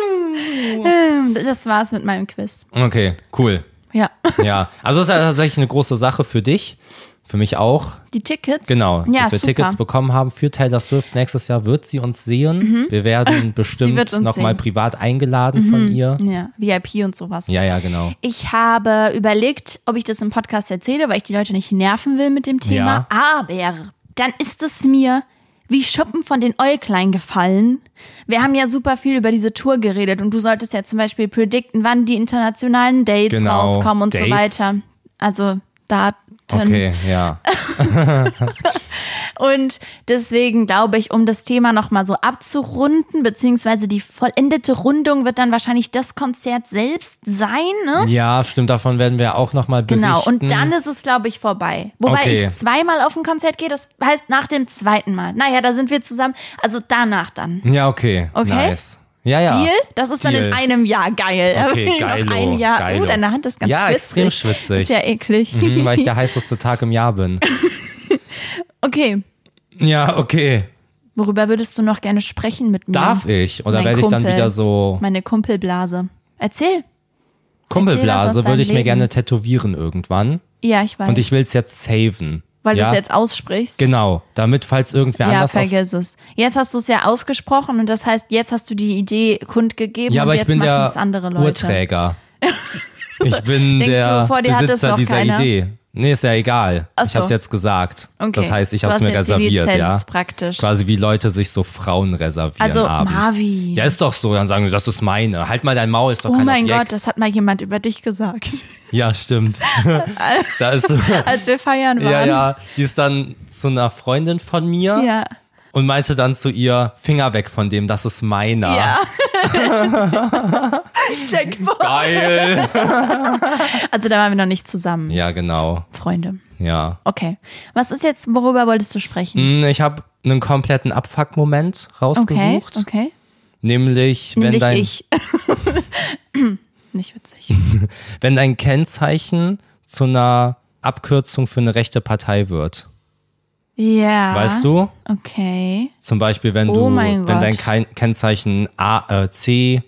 Speaker 2: Oh.
Speaker 1: Das war's mit meinem Quiz.
Speaker 2: Okay, cool.
Speaker 1: Ja.
Speaker 2: Ja, also das ist ja tatsächlich eine große Sache für dich, für mich auch.
Speaker 1: Die Tickets?
Speaker 2: Genau,
Speaker 1: Ja,
Speaker 2: dass wir
Speaker 1: super.
Speaker 2: Tickets bekommen haben für Taylor Swift. Nächstes Jahr wird sie uns sehen. Wir werden
Speaker 1: Mhm. wird
Speaker 2: bestimmt
Speaker 1: uns
Speaker 2: nochmal
Speaker 1: sehen. Mhm.
Speaker 2: privat eingeladen von ihr.
Speaker 1: Ja, VIP und sowas.
Speaker 2: Ja, ja, genau.
Speaker 1: Ich habe überlegt, ob ich das im Podcast erzähle, weil ich die Leute nicht nerven will mit dem Thema.
Speaker 2: Ja.
Speaker 1: Aber dann ist es mir wie Schuppen von den Äuglein gefallen. Wir haben ja super viel über diese Tour geredet und du solltest ja zum Beispiel predikten, wann die internationalen Dates
Speaker 2: Genau.
Speaker 1: rauskommen und so
Speaker 2: Dates?
Speaker 1: weiter. Also Daten.
Speaker 2: Okay, ja.
Speaker 1: Und deswegen glaube ich, um das Thema nochmal so abzurunden, beziehungsweise die vollendete Rundung wird dann wahrscheinlich das Konzert selbst sein, ne?
Speaker 2: Ja, stimmt, davon werden wir auch nochmal berichten.
Speaker 1: Genau, und dann ist es, glaube ich, vorbei. Wobei
Speaker 2: Okay.
Speaker 1: ich zweimal auf ein Konzert gehe, das heißt nach dem zweiten Mal. Naja, da sind wir zusammen. Also danach dann.
Speaker 2: Ja, okay.
Speaker 1: Okay.
Speaker 2: Nice. Ja, ja.
Speaker 1: Deal? Das ist dann in
Speaker 2: Deal.
Speaker 1: einem Jahr geil. Da
Speaker 2: Okay,
Speaker 1: bin ich
Speaker 2: geilo,
Speaker 1: noch ein Jahr.
Speaker 2: geilo.
Speaker 1: Uh, deine Hand ist ganz
Speaker 2: Ja,
Speaker 1: schwitzig.
Speaker 2: extrem schwitzig.
Speaker 1: Ist ja eklig.
Speaker 2: Mhm, weil ich der heißeste Tag im Jahr bin.
Speaker 1: Okay,
Speaker 2: Ja, okay.
Speaker 1: worüber würdest du noch gerne sprechen mit mir?
Speaker 2: Darf ich? Oder
Speaker 1: mein
Speaker 2: werde ich dann
Speaker 1: Kumpel.
Speaker 2: wieder so
Speaker 1: Meine Kumpelblase. Erzähl. Erzähl was aus
Speaker 2: Kumpelblase?
Speaker 1: deinem
Speaker 2: Würde ich mir
Speaker 1: Leben.
Speaker 2: gerne tätowieren irgendwann.
Speaker 1: Ja, ich weiß.
Speaker 2: Und ich will es jetzt saven.
Speaker 1: weil
Speaker 2: ja?
Speaker 1: du es jetzt aussprichst.
Speaker 2: Genau, damit, falls irgendwer
Speaker 1: Ja,
Speaker 2: anders auf
Speaker 1: vergiss es. Jetzt hast du es ja ausgesprochen und das heißt, jetzt hast du die Idee kundgegeben
Speaker 2: Ja, aber
Speaker 1: und
Speaker 2: ich
Speaker 1: jetzt
Speaker 2: bin
Speaker 1: machen
Speaker 2: der
Speaker 1: es andere Leute.
Speaker 2: Urträger. ich bin
Speaker 1: Denkst
Speaker 2: der
Speaker 1: du, vor dir hat es
Speaker 2: Besitzer
Speaker 1: noch
Speaker 2: dieser
Speaker 1: keiner?
Speaker 2: Idee. Nee, ist ja egal.
Speaker 1: Ach
Speaker 2: Ich habe es
Speaker 1: so.
Speaker 2: jetzt gesagt.
Speaker 1: Okay.
Speaker 2: Das heißt, ich
Speaker 1: Du
Speaker 2: habe es
Speaker 1: hast
Speaker 2: mir
Speaker 1: jetzt die
Speaker 2: reserviert,
Speaker 1: Lizenz
Speaker 2: ja.
Speaker 1: praktisch.
Speaker 2: Quasi wie Leute sich so Frauen reservieren
Speaker 1: Also,
Speaker 2: abends.
Speaker 1: Marvin.
Speaker 2: Ja, ist doch so. Dann sagen sie, das ist meine. Halt mal dein Maul, ist doch
Speaker 1: Oh
Speaker 2: kein
Speaker 1: mein
Speaker 2: Objekt.
Speaker 1: Gott, das hat mal jemand über dich gesagt,
Speaker 2: Ja, stimmt. da ist so,
Speaker 1: als wir feiern waren.
Speaker 2: ja, ja. Die ist dann zu einer Freundin von mir
Speaker 1: Ja.
Speaker 2: und meinte dann zu ihr, Finger weg von dem, das ist meiner.
Speaker 1: Ja. Checkpoint.
Speaker 2: Geil.
Speaker 1: Also da waren wir noch nicht zusammen,
Speaker 2: ja, genau.
Speaker 1: Freunde.
Speaker 2: Ja.
Speaker 1: Okay. Was ist jetzt, worüber wolltest du sprechen?
Speaker 2: Mm, Ich habe einen kompletten Abfuck-Moment
Speaker 1: Okay,
Speaker 2: rausgesucht.
Speaker 1: okay.
Speaker 2: Nämlich, wenn,
Speaker 1: Nämlich
Speaker 2: dein, Hm.
Speaker 1: ich. nicht witzig.
Speaker 2: wenn dein Kennzeichen zu einer Abkürzung für eine rechte Partei wird.
Speaker 1: Ja.
Speaker 2: Weißt du?
Speaker 1: Okay.
Speaker 2: Zum Beispiel, wenn
Speaker 1: Ah. Oh
Speaker 2: du,
Speaker 1: mein
Speaker 2: wenn
Speaker 1: Gott.
Speaker 2: dein Kein- Kennzeichen A, äh, C,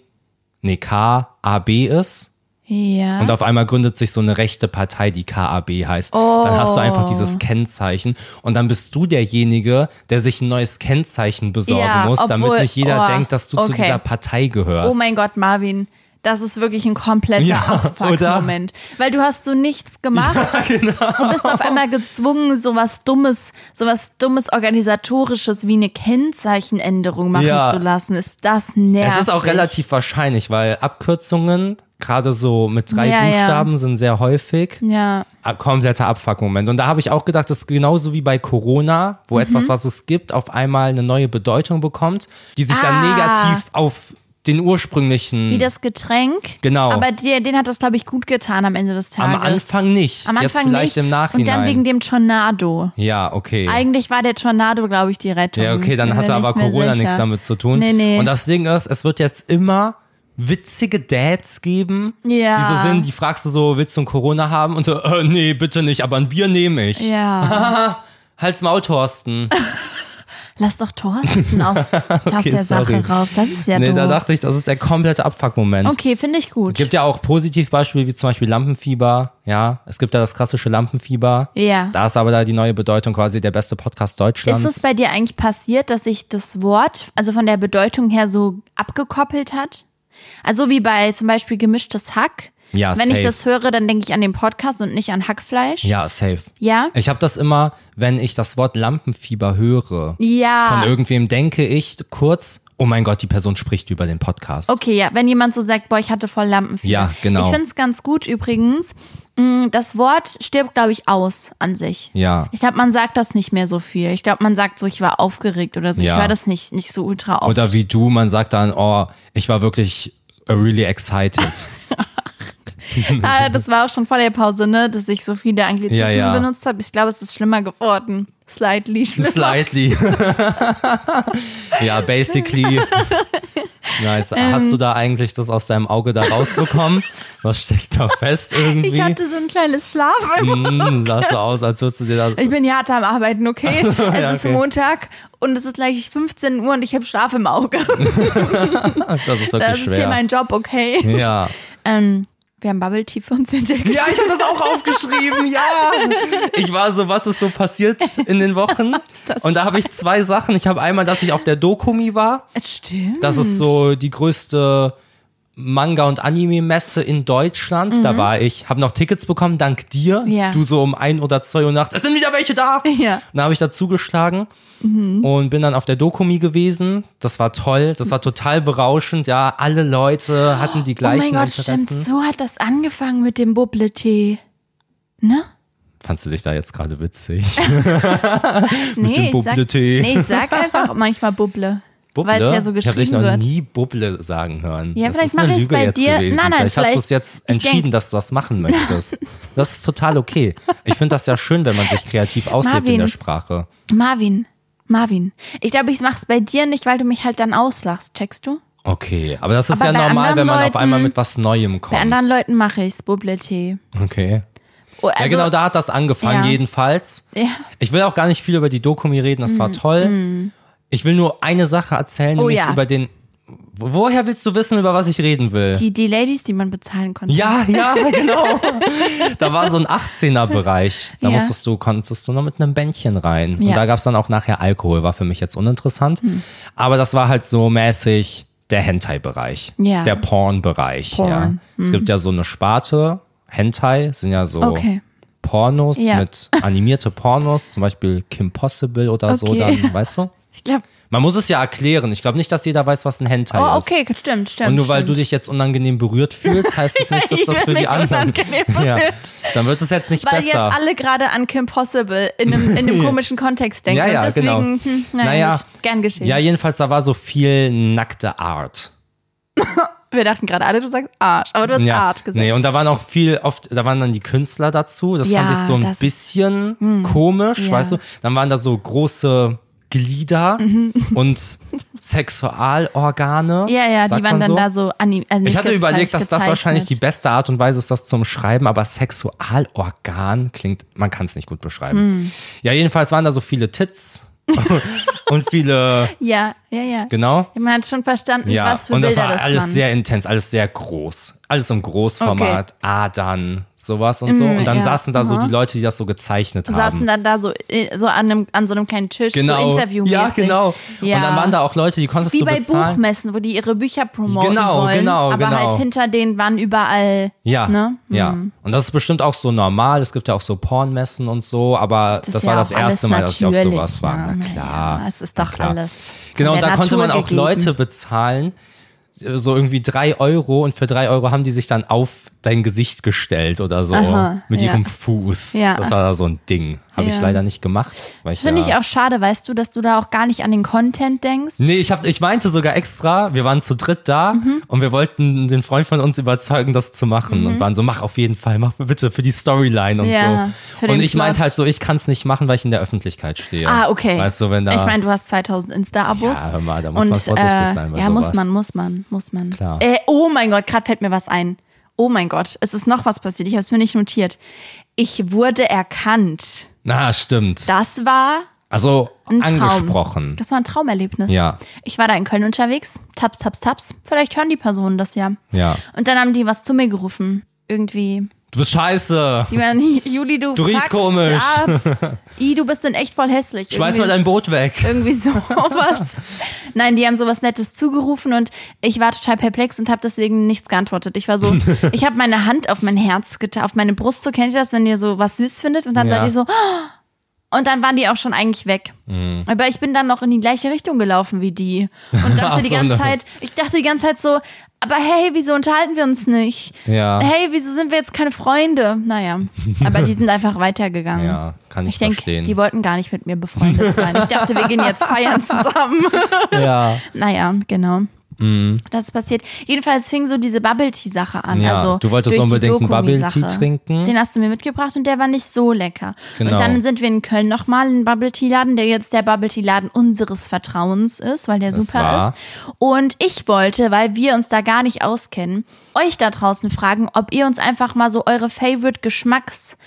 Speaker 2: nee, K, A, B ist
Speaker 1: Ja.
Speaker 2: und auf einmal gründet sich so eine rechte Partei, die KAB heißt, dann
Speaker 1: Oh.
Speaker 2: hast du einfach dieses Kennzeichen und dann bist du derjenige, der sich ein neues Kennzeichen besorgen
Speaker 1: Ja,
Speaker 2: muss,
Speaker 1: obwohl-
Speaker 2: damit nicht jeder
Speaker 1: oh,
Speaker 2: denkt, dass du zu
Speaker 1: okay.
Speaker 2: dieser Partei gehörst.
Speaker 1: Oh mein Gott, Marvin, das ist wirklich ein kompletter
Speaker 2: Ja, genau.
Speaker 1: Abfuck-Moment. Weil du hast so nichts gemacht und bist auf einmal gezwungen, so was Dummes, so was Dummes Organisatorisches wie eine Kennzeichenänderung machen
Speaker 2: Ja.
Speaker 1: zu lassen. Ist das nervig.
Speaker 2: Es ist auch relativ wahrscheinlich, weil Abkürzungen, gerade so mit drei
Speaker 1: Ja, ja.
Speaker 2: Buchstaben, sind sehr häufig.
Speaker 1: Ja,
Speaker 2: A- Kompletter Abfuck-Moment. Und da habe ich auch gedacht, das ist genauso wie bei Corona,
Speaker 1: Mhm.
Speaker 2: wo etwas, was es gibt, auf einmal eine neue Bedeutung bekommt, die sich dann
Speaker 1: Ah.
Speaker 2: negativ auf den ursprünglichen.
Speaker 1: wie das Getränk.
Speaker 2: Hm. Genau.
Speaker 1: Aber dir, den hat das, glaube ich, gut getan am Ende des
Speaker 2: am
Speaker 1: Tages.
Speaker 2: Anfang nicht.
Speaker 1: Am
Speaker 2: Jetzt
Speaker 1: Anfang
Speaker 2: vielleicht
Speaker 1: nicht.
Speaker 2: im Nachhinein.
Speaker 1: Und dann wegen dem Tornado.
Speaker 2: ja, okay.
Speaker 1: Eigentlich war der Tornado, glaube ich, die Rettung.
Speaker 2: Ja, okay, dann
Speaker 1: Bin
Speaker 2: hatte
Speaker 1: mir
Speaker 2: aber
Speaker 1: nicht mehr
Speaker 2: Corona
Speaker 1: sicher.
Speaker 2: nichts damit zu tun.
Speaker 1: Nee, nee.
Speaker 2: Und das Ding ist, es wird jetzt immer witzige Dads geben,
Speaker 1: Ja.
Speaker 2: die so sind, die fragst du so, willst du ein Corona haben? Und so, äh, nee, bitte nicht, aber ein Bier nehme ich.
Speaker 1: ja.
Speaker 2: Halt's Maul, Thorsten.
Speaker 1: Lass doch Thorsten aus, aus der
Speaker 2: sorry.
Speaker 1: Sache raus. Das ist ja
Speaker 2: nee,
Speaker 1: doof.
Speaker 2: da dachte ich, das ist der komplette Abfuck-Moment.
Speaker 1: okay, finde ich gut.
Speaker 2: Gibt ja auch Positivbeispiele, wie zum Beispiel Lampenfieber. Ja, es gibt ja das klassische Lampenfieber.
Speaker 1: Ja.
Speaker 2: Da ist aber da die neue Bedeutung quasi der beste Podcast Deutschlands.
Speaker 1: Ist es bei dir eigentlich passiert, dass sich das Wort, also von der Bedeutung her, so abgekoppelt hat? Also wie bei zum Beispiel gemischtes Hack.
Speaker 2: Ja,
Speaker 1: Wenn ich
Speaker 2: safe.
Speaker 1: das höre, dann denke ich an den Podcast und nicht an Hackfleisch.
Speaker 2: ja, safe.
Speaker 1: Ja?
Speaker 2: Ich habe das immer, wenn ich das Wort Lampenfieber höre,
Speaker 1: Ja.
Speaker 2: von irgendwem denke ich kurz, oh mein Gott, die Person spricht über den Podcast.
Speaker 1: Okay, ja, wenn jemand so sagt, boah, ich hatte voll Lampenfieber.
Speaker 2: Ja, genau.
Speaker 1: Ich finde es ganz gut übrigens. mh, Das Wort stirbt, glaube ich, aus an sich.
Speaker 2: Ja.
Speaker 1: Ich glaube, man sagt das nicht mehr so viel. Ich glaube, man sagt so, ich war aufgeregt oder so.
Speaker 2: Ja.
Speaker 1: Ich höre das nicht, nicht so ultra oft.
Speaker 2: Oder wie du, man sagt dann, oh, ich war wirklich really excited.
Speaker 1: ah, das war auch schon vor der Pause, ne, dass ich so viele Anglizismen
Speaker 2: Ja, ja.
Speaker 1: benutzt habe. Ich glaube, es ist schlimmer geworden. Slightly schlimmer.
Speaker 2: Slightly. ja, basically. Nice.
Speaker 1: Ähm.
Speaker 2: Hast du da eigentlich das aus deinem Auge da rausbekommen? Was steckt da fest irgendwie?
Speaker 1: Ich hatte so ein kleines Schlaf.
Speaker 2: Mm, sahst du aus, als würdest du dir das.
Speaker 1: Ich bin hier hart am Arbeiten, okay? Es ist
Speaker 2: okay.
Speaker 1: Montag und es ist gleich 15 Uhr und ich habe Schlaf im Auge.
Speaker 2: Das ist wirklich
Speaker 1: Das ist hier
Speaker 2: schwer.
Speaker 1: mein Job, okay?
Speaker 2: ja.
Speaker 1: Ähm, Wir haben Bubble Tea für uns entdeckt.
Speaker 2: Ja, ich habe das auch aufgeschrieben, ja. Ich war so, was ist so passiert in den Wochen?
Speaker 1: das
Speaker 2: Und da habe ich zwei Sachen. Ich habe einmal, dass ich auf der Dokumi war.
Speaker 1: Stimmt.
Speaker 2: Das ist so die größte Manga- und Anime-Messe in Deutschland. Da war ich, habe noch Tickets bekommen, dank dir.
Speaker 1: Mhm. Ja.
Speaker 2: Du so um ein oder zwei Uhr nachts, es sind wieder welche da.
Speaker 1: Ja. Mhm.
Speaker 2: Und Da habe ich dazu geschlagen und bin dann auf der Dokumi gewesen. Das war toll, das war total berauschend. Ja, alle Leute hatten die
Speaker 1: oh mein
Speaker 2: gleichen
Speaker 1: Gott,
Speaker 2: Interessen.
Speaker 1: stimmt. So hat das angefangen mit dem Bubble-Tee. Ne?
Speaker 2: Fandst du dich da jetzt gerade witzig?
Speaker 1: Nee,
Speaker 2: dem
Speaker 1: ich sag,
Speaker 2: Bubble-Tee.
Speaker 1: nee, ich sag einfach manchmal Bubble. Weil es ja so
Speaker 2: ich habe dich
Speaker 1: geschrieben
Speaker 2: noch
Speaker 1: wird.
Speaker 2: nie Bubble sagen hören.
Speaker 1: Ja,
Speaker 2: das
Speaker 1: vielleicht
Speaker 2: ist eine
Speaker 1: mache ich's
Speaker 2: Lüge
Speaker 1: bei
Speaker 2: jetzt
Speaker 1: dir.
Speaker 2: Gewesen.
Speaker 1: Nein, nein,
Speaker 2: vielleicht, hast du es
Speaker 1: vielleicht-
Speaker 2: jetzt
Speaker 1: ich
Speaker 2: entschieden,
Speaker 1: denk-
Speaker 2: dass du das machen möchtest. das ist total okay. Ich finde das ja schön, wenn man sich kreativ auslebt in
Speaker 1: Marvin.
Speaker 2: der Sprache.
Speaker 1: Marvin. Marvin. Ich glaube, ich mach's bei dir nicht, weil du mich halt dann auslachst. Checkst du?
Speaker 2: Okay, aber das ist
Speaker 1: Aber
Speaker 2: ja
Speaker 1: bei
Speaker 2: normal,
Speaker 1: anderen
Speaker 2: wenn man auf
Speaker 1: Leuten-
Speaker 2: einmal mit was Neuem kommt.
Speaker 1: Bei anderen Leuten mache ich's, Bubble-Tee.
Speaker 2: okay.
Speaker 1: Oh, also,
Speaker 2: ja, genau, da hat das angefangen,
Speaker 1: Ja.
Speaker 2: jedenfalls.
Speaker 1: Ja.
Speaker 2: Ich will auch gar nicht viel über die Dokumi reden, das war toll. Ich will nur eine Sache erzählen,
Speaker 1: Mm, Oh
Speaker 2: nämlich
Speaker 1: ja.
Speaker 2: über den. Woher willst du wissen, über was ich reden will?
Speaker 1: Die, die Ladies, die man bezahlen konnte.
Speaker 2: Ja, ja, genau. da war so ein 18er-Bereich. Da
Speaker 1: Ja.
Speaker 2: musstest du, konntest du noch mit einem Bändchen rein. Und
Speaker 1: Ja. Hm.
Speaker 2: da gab's dann auch nachher Alkohol, war für mich jetzt uninteressant. Aber das war halt so mäßig der Hentai-Bereich.
Speaker 1: Ja.
Speaker 2: Der Porn-Bereich. Ja.
Speaker 1: Porn. Hm.
Speaker 2: Es gibt ja so eine Sparte. Hentai sind ja so
Speaker 1: Okay.
Speaker 2: Pornos
Speaker 1: Ja.
Speaker 2: mit animierte Pornos, zum Beispiel Kim Possible oder so,
Speaker 1: Okay.
Speaker 2: dann, weißt du?
Speaker 1: Ich glaube.
Speaker 2: Man muss es ja erklären. Ich glaube nicht, dass jeder weiß, was ein Hentai
Speaker 1: Oh,
Speaker 2: ist.
Speaker 1: okay, stimmt, stimmt.
Speaker 2: Ah, Und nur weil du
Speaker 1: stimmt.
Speaker 2: dich jetzt unangenehm berührt fühlst, heißt es nicht, dass das
Speaker 1: Ich
Speaker 2: für
Speaker 1: bin
Speaker 2: die
Speaker 1: nicht
Speaker 2: anderen.
Speaker 1: unangenehm
Speaker 2: Ja, dann wird es jetzt nicht
Speaker 1: Weil jetzt
Speaker 2: besser.
Speaker 1: alle gerade an Kim Possible in einem, in einem komischen Kontext denken.
Speaker 2: Ja, ja,
Speaker 1: und deswegen,
Speaker 2: genau.
Speaker 1: hm, naja,
Speaker 2: Naja.
Speaker 1: nicht. gern geschehen.
Speaker 2: Ja, jedenfalls, da war so viel nackte Art.
Speaker 1: Wir dachten gerade alle, du sagst Arsch, aber du hast
Speaker 2: Ja.
Speaker 1: Art gesagt.
Speaker 2: Nee, und da waren auch viel oft, da waren dann die Künstler dazu. Das
Speaker 1: Ja,
Speaker 2: fand ich so ein
Speaker 1: das- Hm.
Speaker 2: bisschen komisch,
Speaker 1: Ja.
Speaker 2: weißt du? Dann waren da so große Glieder und Sexualorgane.
Speaker 1: Mhm. Ja, ja,
Speaker 2: sagt
Speaker 1: die waren
Speaker 2: man
Speaker 1: dann
Speaker 2: so.
Speaker 1: da so anim also nicht
Speaker 2: Ich hatte
Speaker 1: gezeichnet,
Speaker 2: überlegt, dass das wahrscheinlich die
Speaker 1: gezeichnet.
Speaker 2: beste Art und Weise ist, das zum Schreiben, aber Sexualorgan klingt, man kann es nicht gut beschreiben.
Speaker 1: Hm.
Speaker 2: Ja, jedenfalls waren da so viele Tits und viele,
Speaker 1: Ja, ja, ja.
Speaker 2: genau.
Speaker 1: Man hat schon verstanden,
Speaker 2: Ja,
Speaker 1: was für
Speaker 2: und das
Speaker 1: Bilder
Speaker 2: war
Speaker 1: das
Speaker 2: alles
Speaker 1: waren.
Speaker 2: sehr intens, alles sehr groß. Alles im Großformat, Adern, sowas und so.
Speaker 1: Mm,
Speaker 2: Und dann
Speaker 1: ja.
Speaker 2: saßen da so
Speaker 1: Aha.
Speaker 2: die Leute, die das so gezeichnet haben.
Speaker 1: saßen dann da so, äh, so an, einem, an so einem kleinen Tisch, so
Speaker 2: genau.
Speaker 1: interviewmäßig.
Speaker 2: ja, genau.
Speaker 1: Ja.
Speaker 2: Und dann waren da auch Leute, die konntest
Speaker 1: Wie
Speaker 2: du
Speaker 1: bei
Speaker 2: bezahlen.
Speaker 1: Buchmessen, wo die ihre Bücher promoten
Speaker 2: Genau,
Speaker 1: wollen,
Speaker 2: genau,
Speaker 1: aber
Speaker 2: genau.
Speaker 1: halt hinter denen waren überall
Speaker 2: Ja,
Speaker 1: Ne?
Speaker 2: ja. Und das ist bestimmt auch so normal. Es gibt ja auch so Pornmessen und so, aber das,
Speaker 1: ist
Speaker 2: war
Speaker 1: ja
Speaker 2: das
Speaker 1: auch alles
Speaker 2: erste Mal, dass ich auf
Speaker 1: natürlich,
Speaker 2: sowas war.
Speaker 1: ne?
Speaker 2: Na
Speaker 1: Ja,
Speaker 2: klar.
Speaker 1: es ist
Speaker 2: na
Speaker 1: doch
Speaker 2: klar.
Speaker 1: alles
Speaker 2: Genau,
Speaker 1: von
Speaker 2: und da
Speaker 1: der
Speaker 2: konnte man
Speaker 1: Natur
Speaker 2: auch
Speaker 1: gegeben.
Speaker 2: Leute bezahlen, so irgendwie drei Euro und für drei Euro haben die sich dann auf dein Gesicht gestellt oder so.
Speaker 1: Aha,
Speaker 2: mit
Speaker 1: ja.
Speaker 2: ihrem Fuß.
Speaker 1: Ja.
Speaker 2: Das war da so ein Ding. Habe ich
Speaker 1: Ja.
Speaker 2: leider nicht gemacht. Weil ich
Speaker 1: Finde
Speaker 2: ja
Speaker 1: ich auch schade, weißt du, dass du da auch gar nicht an den Content denkst.
Speaker 2: Nee, ich, hab, ich meinte sogar extra, wir waren zu dritt da
Speaker 1: Mhm.
Speaker 2: und wir wollten den Freund von uns überzeugen, das zu machen. Und waren so, mach auf jeden Fall, mach bitte für die Storyline und
Speaker 1: Ja,
Speaker 2: so.
Speaker 1: für
Speaker 2: Und
Speaker 1: den
Speaker 2: ich meinte
Speaker 1: Plot.
Speaker 2: halt so, ich kann es nicht machen, weil ich in der Öffentlichkeit stehe.
Speaker 1: Ah, okay.
Speaker 2: Weißt du, wenn da.
Speaker 1: ich meine, du hast 2000 Insta-Abos.
Speaker 2: Ja, hör mal, da muss man
Speaker 1: und,
Speaker 2: vorsichtig
Speaker 1: äh,
Speaker 2: sein bei
Speaker 1: Ja,
Speaker 2: sowas.
Speaker 1: muss man, muss man, muss man.
Speaker 2: Klar.
Speaker 1: Äh, oh mein Gott, gerade fällt mir was ein. Oh mein Gott, es ist noch was passiert. Ich habe es mir nicht notiert. Ich wurde erkannt.
Speaker 2: Na, stimmt.
Speaker 1: Das war
Speaker 2: Also
Speaker 1: ein Traum.
Speaker 2: angesprochen.
Speaker 1: Das war ein Traumerlebnis.
Speaker 2: Ja.
Speaker 1: Ich war da in Köln unterwegs. Taps, taps, taps. Vielleicht hören die Personen das ja.
Speaker 2: Ja.
Speaker 1: Und dann haben die was zu mir gerufen. Irgendwie.
Speaker 2: Du bist scheiße.
Speaker 1: Die waren, Juli, du,
Speaker 2: Du riechst
Speaker 1: fuckst
Speaker 2: komisch.
Speaker 1: Ab. I, du bist denn echt voll hässlich.
Speaker 2: Schmeiß mal
Speaker 1: Irgendwie-
Speaker 2: dein Boot weg.
Speaker 1: irgendwie sowas. Nein, die haben sowas Nettes zugerufen und ich war total perplex und habe deswegen nichts geantwortet. Ich war so, ich habe meine Hand auf mein Herz getan, auf meine Brust. So kennt ihr das, wenn ihr so was süß findet und dann
Speaker 2: Ja.
Speaker 1: seid ihr so. "Oh!" Und dann waren die auch schon eigentlich weg.
Speaker 2: Mhm.
Speaker 1: Aber ich bin dann noch in die gleiche Richtung gelaufen wie die und
Speaker 2: Ach
Speaker 1: dachte die
Speaker 2: so,
Speaker 1: ganze
Speaker 2: ne.
Speaker 1: Zeit, ich dachte die ganze Zeit so, aber hey, wieso unterhalten wir uns nicht?
Speaker 2: Ja.
Speaker 1: Hey, wieso sind wir jetzt keine Freunde? Naja, aber die sind einfach weitergegangen.
Speaker 2: Ja, kann ich,
Speaker 1: Ich denke,
Speaker 2: verstehen.
Speaker 1: die wollten gar nicht mit mir befreundet sein. Ich dachte, wir gehen jetzt feiern zusammen.
Speaker 2: ja.
Speaker 1: Naja, genau. Das ist passiert. Jedenfalls fing so diese Bubble-Tea-Sache an.
Speaker 2: Mhm. Ja,
Speaker 1: also
Speaker 2: du wolltest
Speaker 1: durch die
Speaker 2: unbedingt einen
Speaker 1: Dokumi-Sache.
Speaker 2: Bubble-Tea trinken.
Speaker 1: Den hast du mir mitgebracht und der war nicht so lecker.
Speaker 2: Genau.
Speaker 1: Und dann sind wir in Köln nochmal in einen Bubble-Tea-Laden, der jetzt der Bubble-Tea-Laden unseres Vertrauens ist, weil der super
Speaker 2: war.
Speaker 1: ist. Und ich wollte, weil wir uns da gar nicht auskennen, euch da draußen fragen, ob ihr uns einfach mal so eure Favorite-Geschmacks-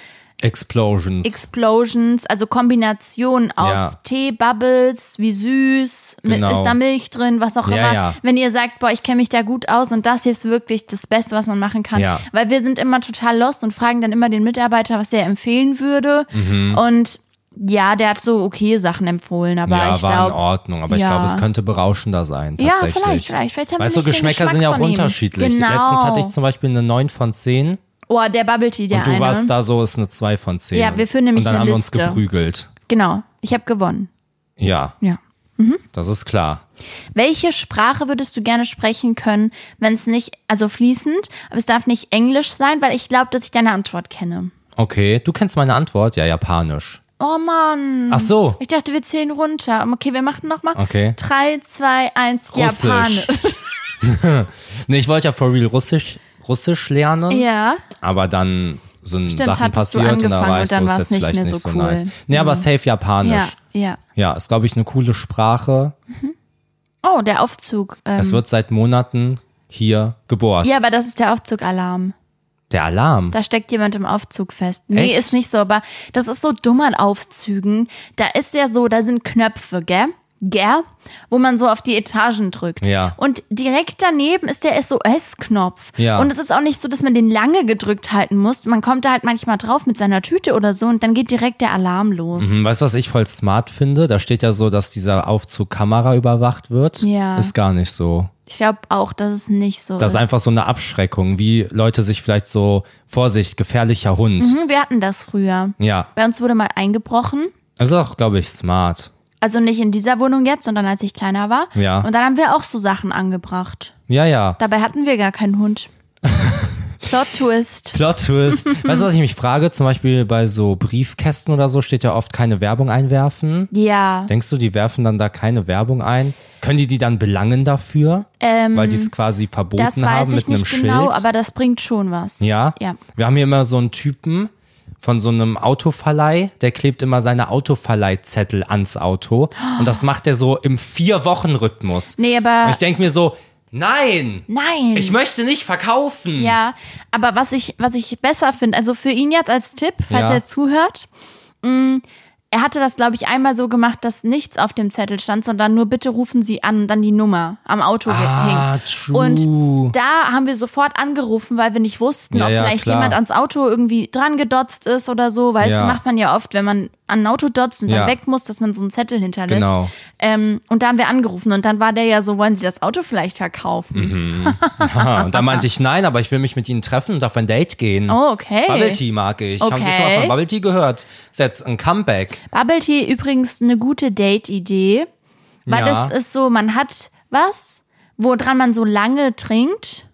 Speaker 2: Explosions.
Speaker 1: Explosions, also Kombinationen aus
Speaker 2: Ja.
Speaker 1: Tee, Bubbles, wie süß,
Speaker 2: Genau.
Speaker 1: mit, ist da Milch drin, was auch
Speaker 2: Ja,
Speaker 1: immer.
Speaker 2: ja.
Speaker 1: Wenn ihr sagt, boah, ich kenne mich da gut aus und das hier ist wirklich das Beste, was man machen kann.
Speaker 2: Ja.
Speaker 1: Weil wir sind immer total lost und fragen dann immer den Mitarbeiter, was der empfehlen würde.
Speaker 2: Mhm.
Speaker 1: Und ja, der hat so okay Sachen empfohlen, aber
Speaker 2: ja,
Speaker 1: ich
Speaker 2: war in
Speaker 1: glaube.
Speaker 2: Ordnung, aber ich
Speaker 1: ja.
Speaker 2: glaube, es könnte berauschender sein.
Speaker 1: Ja,
Speaker 2: Tatsächlich.
Speaker 1: vielleicht, vielleicht. Vielleicht haben wir
Speaker 2: weißt du,
Speaker 1: nicht den
Speaker 2: Geschmäcker
Speaker 1: Geschmack
Speaker 2: sind ja auch
Speaker 1: von ihm.
Speaker 2: unterschiedlich.
Speaker 1: Genau.
Speaker 2: Letztens hatte ich zum Beispiel eine 9 von 10
Speaker 1: Oh, der Bubble Tea, der
Speaker 2: und du
Speaker 1: eine.
Speaker 2: warst da so, ist eine 2 von 10.
Speaker 1: Ja, wir führen nämlich
Speaker 2: Und dann
Speaker 1: eine
Speaker 2: haben wir
Speaker 1: Liste.
Speaker 2: uns geprügelt.
Speaker 1: Genau, ich habe gewonnen.
Speaker 2: Ja,
Speaker 1: Ja.
Speaker 2: das ist klar.
Speaker 1: Welche Sprache würdest du gerne sprechen können, wenn es nicht, also fließend, aber es darf nicht Englisch sein, weil ich glaube, dass ich deine Antwort kenne.
Speaker 2: Okay, du kennst meine Antwort? Ja, Japanisch.
Speaker 1: Oh Mann.
Speaker 2: Ach so.
Speaker 1: Ich dachte, wir zählen runter. Um, Okay, wir machen nochmal.
Speaker 2: Okay.
Speaker 1: Drei, zwei, eins,
Speaker 2: Russisch.
Speaker 1: Japanisch.
Speaker 2: Nee, ich wollte ja for real Russisch, Russisch lernen.
Speaker 1: Ja.
Speaker 2: Aber dann sind
Speaker 1: Stimmt,
Speaker 2: Sachen
Speaker 1: hattest du
Speaker 2: passiert und da
Speaker 1: angefangen
Speaker 2: war
Speaker 1: und
Speaker 2: ich
Speaker 1: dann
Speaker 2: so, ist
Speaker 1: war's
Speaker 2: jetzt
Speaker 1: nicht
Speaker 2: vielleicht
Speaker 1: mehr
Speaker 2: nicht
Speaker 1: so
Speaker 2: so
Speaker 1: cool.
Speaker 2: nice. Nee, aber safe Japanisch.
Speaker 1: Ja, ja.
Speaker 2: Ja, ist, glaube ich, eine coole Sprache.
Speaker 1: Oh, der Aufzug. Ähm,
Speaker 2: Es wird seit Monaten hier gebohrt.
Speaker 1: ja, aber das ist der Aufzugalarm.
Speaker 2: Der Alarm.
Speaker 1: Da steckt jemand im Aufzug fest. Nee,
Speaker 2: Echt?
Speaker 1: ist nicht so, aber das ist so dumm an Aufzügen. Da ist ja so, da sind Knöpfe, gell? Gell? Wo man so auf die Etagen drückt.
Speaker 2: Ja.
Speaker 1: Und direkt daneben ist der SOS-Knopf.
Speaker 2: Ja.
Speaker 1: Und es ist auch nicht so, dass man den lange gedrückt halten muss. Man kommt da halt manchmal drauf mit seiner Tüte oder so und dann geht direkt der Alarm los.
Speaker 2: Hm, Weißt du, was ich voll smart finde? Da steht ja so, dass dieser Aufzug Kamera überwacht wird.
Speaker 1: Ja.
Speaker 2: Ist gar nicht so.
Speaker 1: Ich glaube auch, dass es nicht so
Speaker 2: Das
Speaker 1: ist.
Speaker 2: ist einfach so eine Abschreckung, wie Leute sich vielleicht so, Vorsicht, gefährlicher Hund.
Speaker 1: hm, wir hatten das früher.
Speaker 2: Ja.
Speaker 1: Bei uns wurde mal eingebrochen.
Speaker 2: Das ist auch, glaube ich, smart.
Speaker 1: Also nicht in dieser Wohnung jetzt, sondern als ich kleiner war.
Speaker 2: Ja.
Speaker 1: Und dann haben wir auch so Sachen angebracht.
Speaker 2: Ja, ja.
Speaker 1: Dabei hatten wir gar keinen Hund. Plot Twist.
Speaker 2: Plot Twist. weißt du, was ich mich frage? Zum Beispiel bei so Briefkästen oder so steht ja oft keine Werbung einwerfen.
Speaker 1: Ja.
Speaker 2: Denkst du, die werfen dann da keine Werbung ein? Können die die dann belangen dafür? weil die es quasi verboten
Speaker 1: Ähm, Das weiß
Speaker 2: haben
Speaker 1: ich
Speaker 2: mit einem
Speaker 1: nicht genau,
Speaker 2: Schild?
Speaker 1: aber das bringt schon was.
Speaker 2: ja?
Speaker 1: Ja.
Speaker 2: Wir haben hier immer so einen Typen von so einem Autoverleih, der klebt immer seine Autoverleihzettel ans Auto. Und das macht er so im Vier-Wochen-Rhythmus.
Speaker 1: Nee,
Speaker 2: Und
Speaker 1: aber
Speaker 2: ich denke mir so, nein,
Speaker 1: nein.
Speaker 2: ich möchte nicht verkaufen.
Speaker 1: ja, aber was ich, was ich besser finde, also für ihn jetzt als Tipp, falls
Speaker 2: Ja.
Speaker 1: er zuhört, mh, er hatte das, glaube ich, einmal so gemacht, dass nichts auf dem Zettel stand, sondern nur bitte rufen Sie an und dann die Nummer am Auto
Speaker 2: Ah,
Speaker 1: hängt.
Speaker 2: true.
Speaker 1: Und da haben wir sofort angerufen, weil wir nicht wussten,
Speaker 2: Ja,
Speaker 1: ob
Speaker 2: ja,
Speaker 1: vielleicht
Speaker 2: klar.
Speaker 1: jemand ans Auto irgendwie dran gedotzt ist oder so. Weißt
Speaker 2: Ja.
Speaker 1: du, macht man ja oft, wenn man an ein Auto dotzt und
Speaker 2: Ja.
Speaker 1: dann weg muss, dass man so einen Zettel hinterlässt.
Speaker 2: Genau.
Speaker 1: Ähm, und da haben wir angerufen und dann war der ja so, wollen Sie das Auto vielleicht verkaufen?
Speaker 2: Mhm. Aha, und dann meinte ich, nein, aber ich will mich mit ihnen treffen und auf ein Date gehen.
Speaker 1: Oh, okay.
Speaker 2: Bubble Tea mag ich. Haben Sie schon mal
Speaker 1: Okay.
Speaker 2: von Bubble Tea gehört? Ist jetzt ein Comeback.
Speaker 1: Bubble Tea übrigens eine gute Date-Idee, weil
Speaker 2: Ja.
Speaker 1: das ist so, man hat was, woran man so lange trinkt,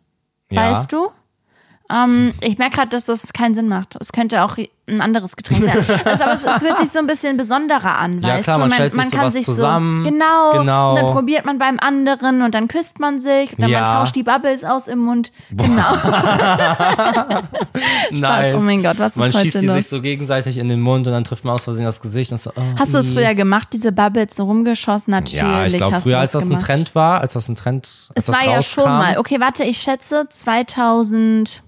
Speaker 2: Ja.
Speaker 1: weißt du? Ähm, ich merke gerade, dass das keinen Sinn macht. Es könnte auch ein anderes Getränk sein. Also, aber es, es hört sich so ein bisschen besonderer an,
Speaker 2: Ja,
Speaker 1: weißt
Speaker 2: klar,
Speaker 1: du?
Speaker 2: man stellt sich sowas zusammen.
Speaker 1: So, genau,
Speaker 2: Genau.
Speaker 1: Und dann probiert man beim anderen und dann küsst man sich und dann
Speaker 2: Ja.
Speaker 1: man tauscht die Bubbles aus im Mund. Genau.
Speaker 2: Nice.
Speaker 1: Oh mein Gott, was ist
Speaker 2: man
Speaker 1: heute
Speaker 2: schießt die
Speaker 1: los?
Speaker 2: sich so gegenseitig in den Mund und dann trifft man aus Versehen das Gesicht und so. Oh,
Speaker 1: Hast du es früher gemacht, diese Bubbles so rumgeschossen? Natürlich.
Speaker 2: ja, ich glaube,
Speaker 1: hast du
Speaker 2: früher, als das
Speaker 1: gemacht.
Speaker 2: ein Trend war, als das ein Trend, als
Speaker 1: Es
Speaker 2: das
Speaker 1: war ja
Speaker 2: rauskam,
Speaker 1: schon mal. Okay, warte, ich schätze mm, 2011.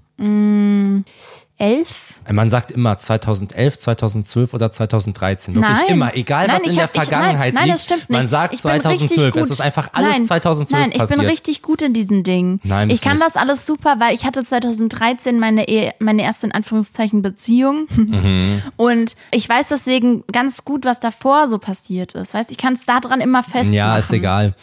Speaker 2: Man sagt immer 2011, 2012 oder 2013. Wirklich
Speaker 1: Nein.
Speaker 2: immer, egal
Speaker 1: Nein,
Speaker 2: was in
Speaker 1: ich
Speaker 2: der
Speaker 1: hab- ich-
Speaker 2: Vergangenheit
Speaker 1: nein, nein,
Speaker 2: liegt.
Speaker 1: das stimmt
Speaker 2: Man
Speaker 1: nicht.
Speaker 2: sagt
Speaker 1: ich bin richtig
Speaker 2: 2012. Es
Speaker 1: gut.
Speaker 2: ist einfach alles
Speaker 1: nein,
Speaker 2: 2012
Speaker 1: Nein, ich
Speaker 2: passiert.
Speaker 1: bin richtig gut in diesen Dingen.
Speaker 2: Nein,
Speaker 1: ich
Speaker 2: bist
Speaker 1: kann
Speaker 2: nicht.
Speaker 1: das alles super, weil ich hatte 2013 meine, Ehe, meine erste in Anführungszeichen Beziehung.
Speaker 2: Mhm.
Speaker 1: Und ich weiß deswegen ganz gut, was davor so passiert ist. Weißt, ich kann es daran immer festmachen.
Speaker 2: Ja, ist egal.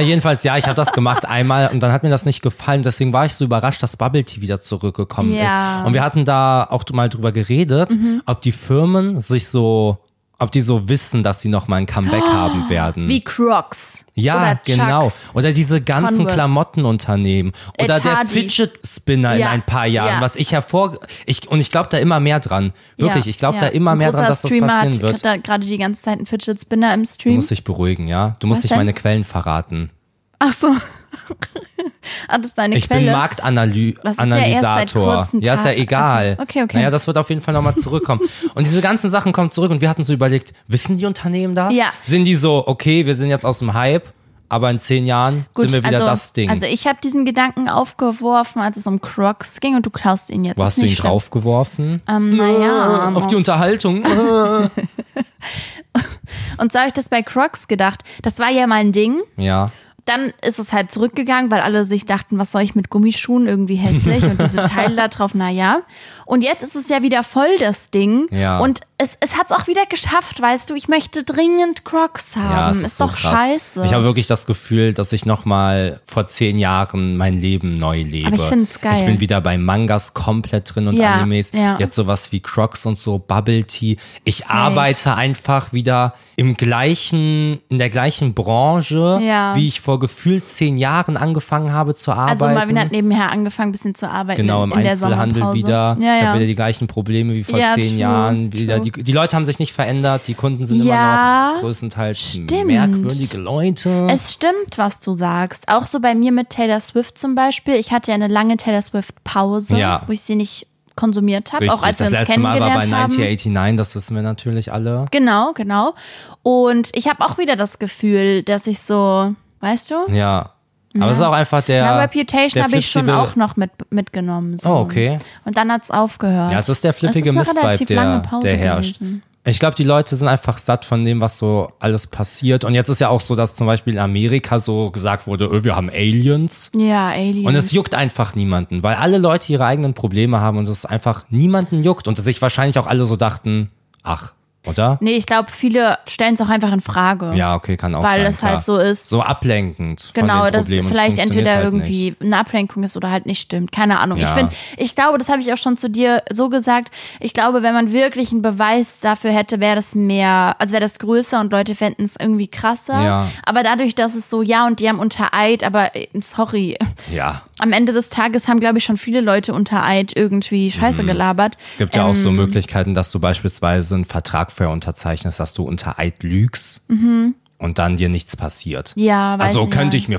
Speaker 2: jedenfalls, ja, ich habe das gemacht einmal und dann hat mir das nicht gefallen. Deswegen war ich so überrascht, dass Bubble Tea wieder zurückgekommen
Speaker 1: Ja. Mhm.
Speaker 2: ist. Und wir hatten da auch mal drüber geredet, ob die Firmen sich so, ob die so wissen, dass sie nochmal ein Comeback haben werden.
Speaker 1: Oh, Wie Crocs.
Speaker 2: ja,
Speaker 1: oder Chucks.
Speaker 2: genau. Oder diese ganzen
Speaker 1: Converse.
Speaker 2: Klamottenunternehmen.
Speaker 1: Ed
Speaker 2: Oder der
Speaker 1: Hardy.
Speaker 2: Fidget Spinner in
Speaker 1: Ja,
Speaker 2: ein paar Jahren,
Speaker 1: ja.
Speaker 2: was ich hervor, ich, und ich glaube da immer mehr dran. Wirklich,
Speaker 1: Ja,
Speaker 2: ich glaube
Speaker 1: ja.
Speaker 2: da immer
Speaker 1: Ein
Speaker 2: mehr dran,
Speaker 1: großer
Speaker 2: dass das
Speaker 1: Streamer
Speaker 2: passieren
Speaker 1: hat
Speaker 2: wird.
Speaker 1: da gerade die ganze Zeit einen Fidget Spinner im
Speaker 2: Du
Speaker 1: Stream.
Speaker 2: musst dich beruhigen, ja? Du musst
Speaker 1: Was
Speaker 2: nicht
Speaker 1: denn?
Speaker 2: meine Quellen verraten.
Speaker 1: Ach so. ah, das ist deine
Speaker 2: Ich
Speaker 1: Quelle.
Speaker 2: bin Marktanalysator.
Speaker 1: Das ist ja erst seit kurzem
Speaker 2: ja, ist ja
Speaker 1: Tag.
Speaker 2: egal.
Speaker 1: Okay, okay, okay.
Speaker 2: Naja, das wird auf jeden Fall nochmal zurückkommen. und diese ganzen Sachen kommen zurück und wir hatten so überlegt, wissen die Unternehmen das?
Speaker 1: Ja.
Speaker 2: Sind die so, okay, wir sind jetzt aus dem Hype, aber in zehn Jahren
Speaker 1: Gut,
Speaker 2: sind wir wieder
Speaker 1: also,
Speaker 2: das Ding.
Speaker 1: Also ich habe diesen Gedanken aufgeworfen, als es um Crocs ging und du klaust ihn jetzt.
Speaker 2: Wo
Speaker 1: Ist
Speaker 2: hast du ihn
Speaker 1: nicht schlimm.
Speaker 2: draufgeworfen?
Speaker 1: Ähm, naja,
Speaker 2: auf die Unterhaltung.
Speaker 1: Und so habe ich das bei Crocs gedacht. Das war ja mal ein Ding.
Speaker 2: ja.
Speaker 1: Dann ist es halt zurückgegangen, weil alle sich dachten, was soll ich mit Gummischuhen irgendwie hässlich und diese Teile da drauf, naja. Und jetzt ist es ja wieder voll das Ding.
Speaker 2: Ja.
Speaker 1: Und es, es hat es auch wieder geschafft, weißt du, ich möchte dringend Crocs
Speaker 2: Ja,
Speaker 1: haben.
Speaker 2: es
Speaker 1: ist
Speaker 2: so
Speaker 1: doch
Speaker 2: krass.
Speaker 1: scheiße.
Speaker 2: Ich habe wirklich das Gefühl, dass ich nochmal vor zehn Jahren mein Leben neu lebe.
Speaker 1: Aber ich find's geil.
Speaker 2: Ich bin wieder bei Mangas komplett drin und
Speaker 1: Ja,
Speaker 2: Animes.
Speaker 1: ja.
Speaker 2: Jetzt sowas wie Crocs und so, Bubble Tea. Ich arbeite einfach wieder im gleichen, in der gleichen Branche,
Speaker 1: Ja.
Speaker 2: wie ich vor gefühlt zehn Jahren angefangen habe zu arbeiten.
Speaker 1: also Marvin hat nebenher angefangen, ein bisschen zu arbeiten.
Speaker 2: Genau, im
Speaker 1: in, in der
Speaker 2: Einzelhandel
Speaker 1: Sommerpause.
Speaker 2: wieder.
Speaker 1: Ja,
Speaker 2: Ich
Speaker 1: ja.
Speaker 2: habe wieder die gleichen Probleme wie vor
Speaker 1: Ja,
Speaker 2: zehn
Speaker 1: true,
Speaker 2: Jahren. Wieder
Speaker 1: true.
Speaker 2: die, die Leute haben sich nicht verändert, die Kunden sind
Speaker 1: Ja,
Speaker 2: immer noch größtenteils
Speaker 1: stimmt.
Speaker 2: merkwürdige Leute.
Speaker 1: Es stimmt, was du sagst. Auch so bei mir mit Taylor Swift zum Beispiel. Ich hatte ja eine lange Taylor Swift-Pause,
Speaker 2: Ja.
Speaker 1: wo ich sie nicht konsumiert habe,
Speaker 2: Richtig,
Speaker 1: auch als
Speaker 2: das
Speaker 1: wir uns
Speaker 2: letzte Mal war bei
Speaker 1: kennengelernt haben.
Speaker 2: 1989, das wissen wir natürlich alle.
Speaker 1: Genau, genau. Und ich habe auch wieder das Gefühl, dass ich so, weißt du,
Speaker 2: Ja. Aber es ist auch einfach der.
Speaker 1: meine Reputation
Speaker 2: der
Speaker 1: habe ich schon
Speaker 2: flippsige-
Speaker 1: auch noch mit, mitgenommen. So.
Speaker 2: Oh, okay.
Speaker 1: Und dann hat's aufgehört.
Speaker 2: Ja, es ist der flippige
Speaker 1: Es ist eine
Speaker 2: Mistvibe,
Speaker 1: relativ
Speaker 2: der,
Speaker 1: lange Pause
Speaker 2: der herrscht.
Speaker 1: gewesen.
Speaker 2: Ich glaube, die Leute sind einfach satt von dem, was so alles passiert. Und jetzt ist ja auch so, dass zum Beispiel in Amerika so gesagt wurde, öh, wir haben Aliens.
Speaker 1: Ja, Aliens.
Speaker 2: Und es juckt einfach niemanden, weil alle Leute ihre eigenen Probleme haben und es einfach niemanden juckt und sich wahrscheinlich auch alle so dachten, ach, oder?
Speaker 1: Nee, ich glaube, viele stellen es auch einfach in Frage.
Speaker 2: Ja, okay, kann auch
Speaker 1: Weil
Speaker 2: sein.
Speaker 1: es halt
Speaker 2: klar.
Speaker 1: so ist.
Speaker 2: So ablenkend. von
Speaker 1: Genau,
Speaker 2: den
Speaker 1: dass
Speaker 2: Problemen. und es
Speaker 1: vielleicht
Speaker 2: funktioniert
Speaker 1: entweder
Speaker 2: halt Nicht.
Speaker 1: irgendwie eine Ablenkung ist oder halt nicht stimmt. Keine Ahnung. Ich
Speaker 2: Ja.
Speaker 1: finde, ich glaube, das habe ich auch schon zu dir so gesagt. Ich glaube, wenn man wirklich einen Beweis dafür hätte, wäre das mehr, also wäre das größer und Leute fänden es irgendwie krasser.
Speaker 2: Ja.
Speaker 1: Aber dadurch, dass es so, ja, und die haben unter Eid, aber äh, sorry,
Speaker 2: Ja.
Speaker 1: am Ende des Tages haben, glaube ich, schon viele Leute unter Eid irgendwie Scheiße gelabert.
Speaker 2: Mhm. Es gibt ja auch
Speaker 1: ähm,
Speaker 2: so Möglichkeiten, dass du beispielsweise einen Vertrag vorher unterzeichnest, dass du unter Eid lügst und dann dir nichts passiert.
Speaker 1: Mhm. Ja, weiß
Speaker 2: Also
Speaker 1: nicht,
Speaker 2: könnte
Speaker 1: ja.
Speaker 2: ich mir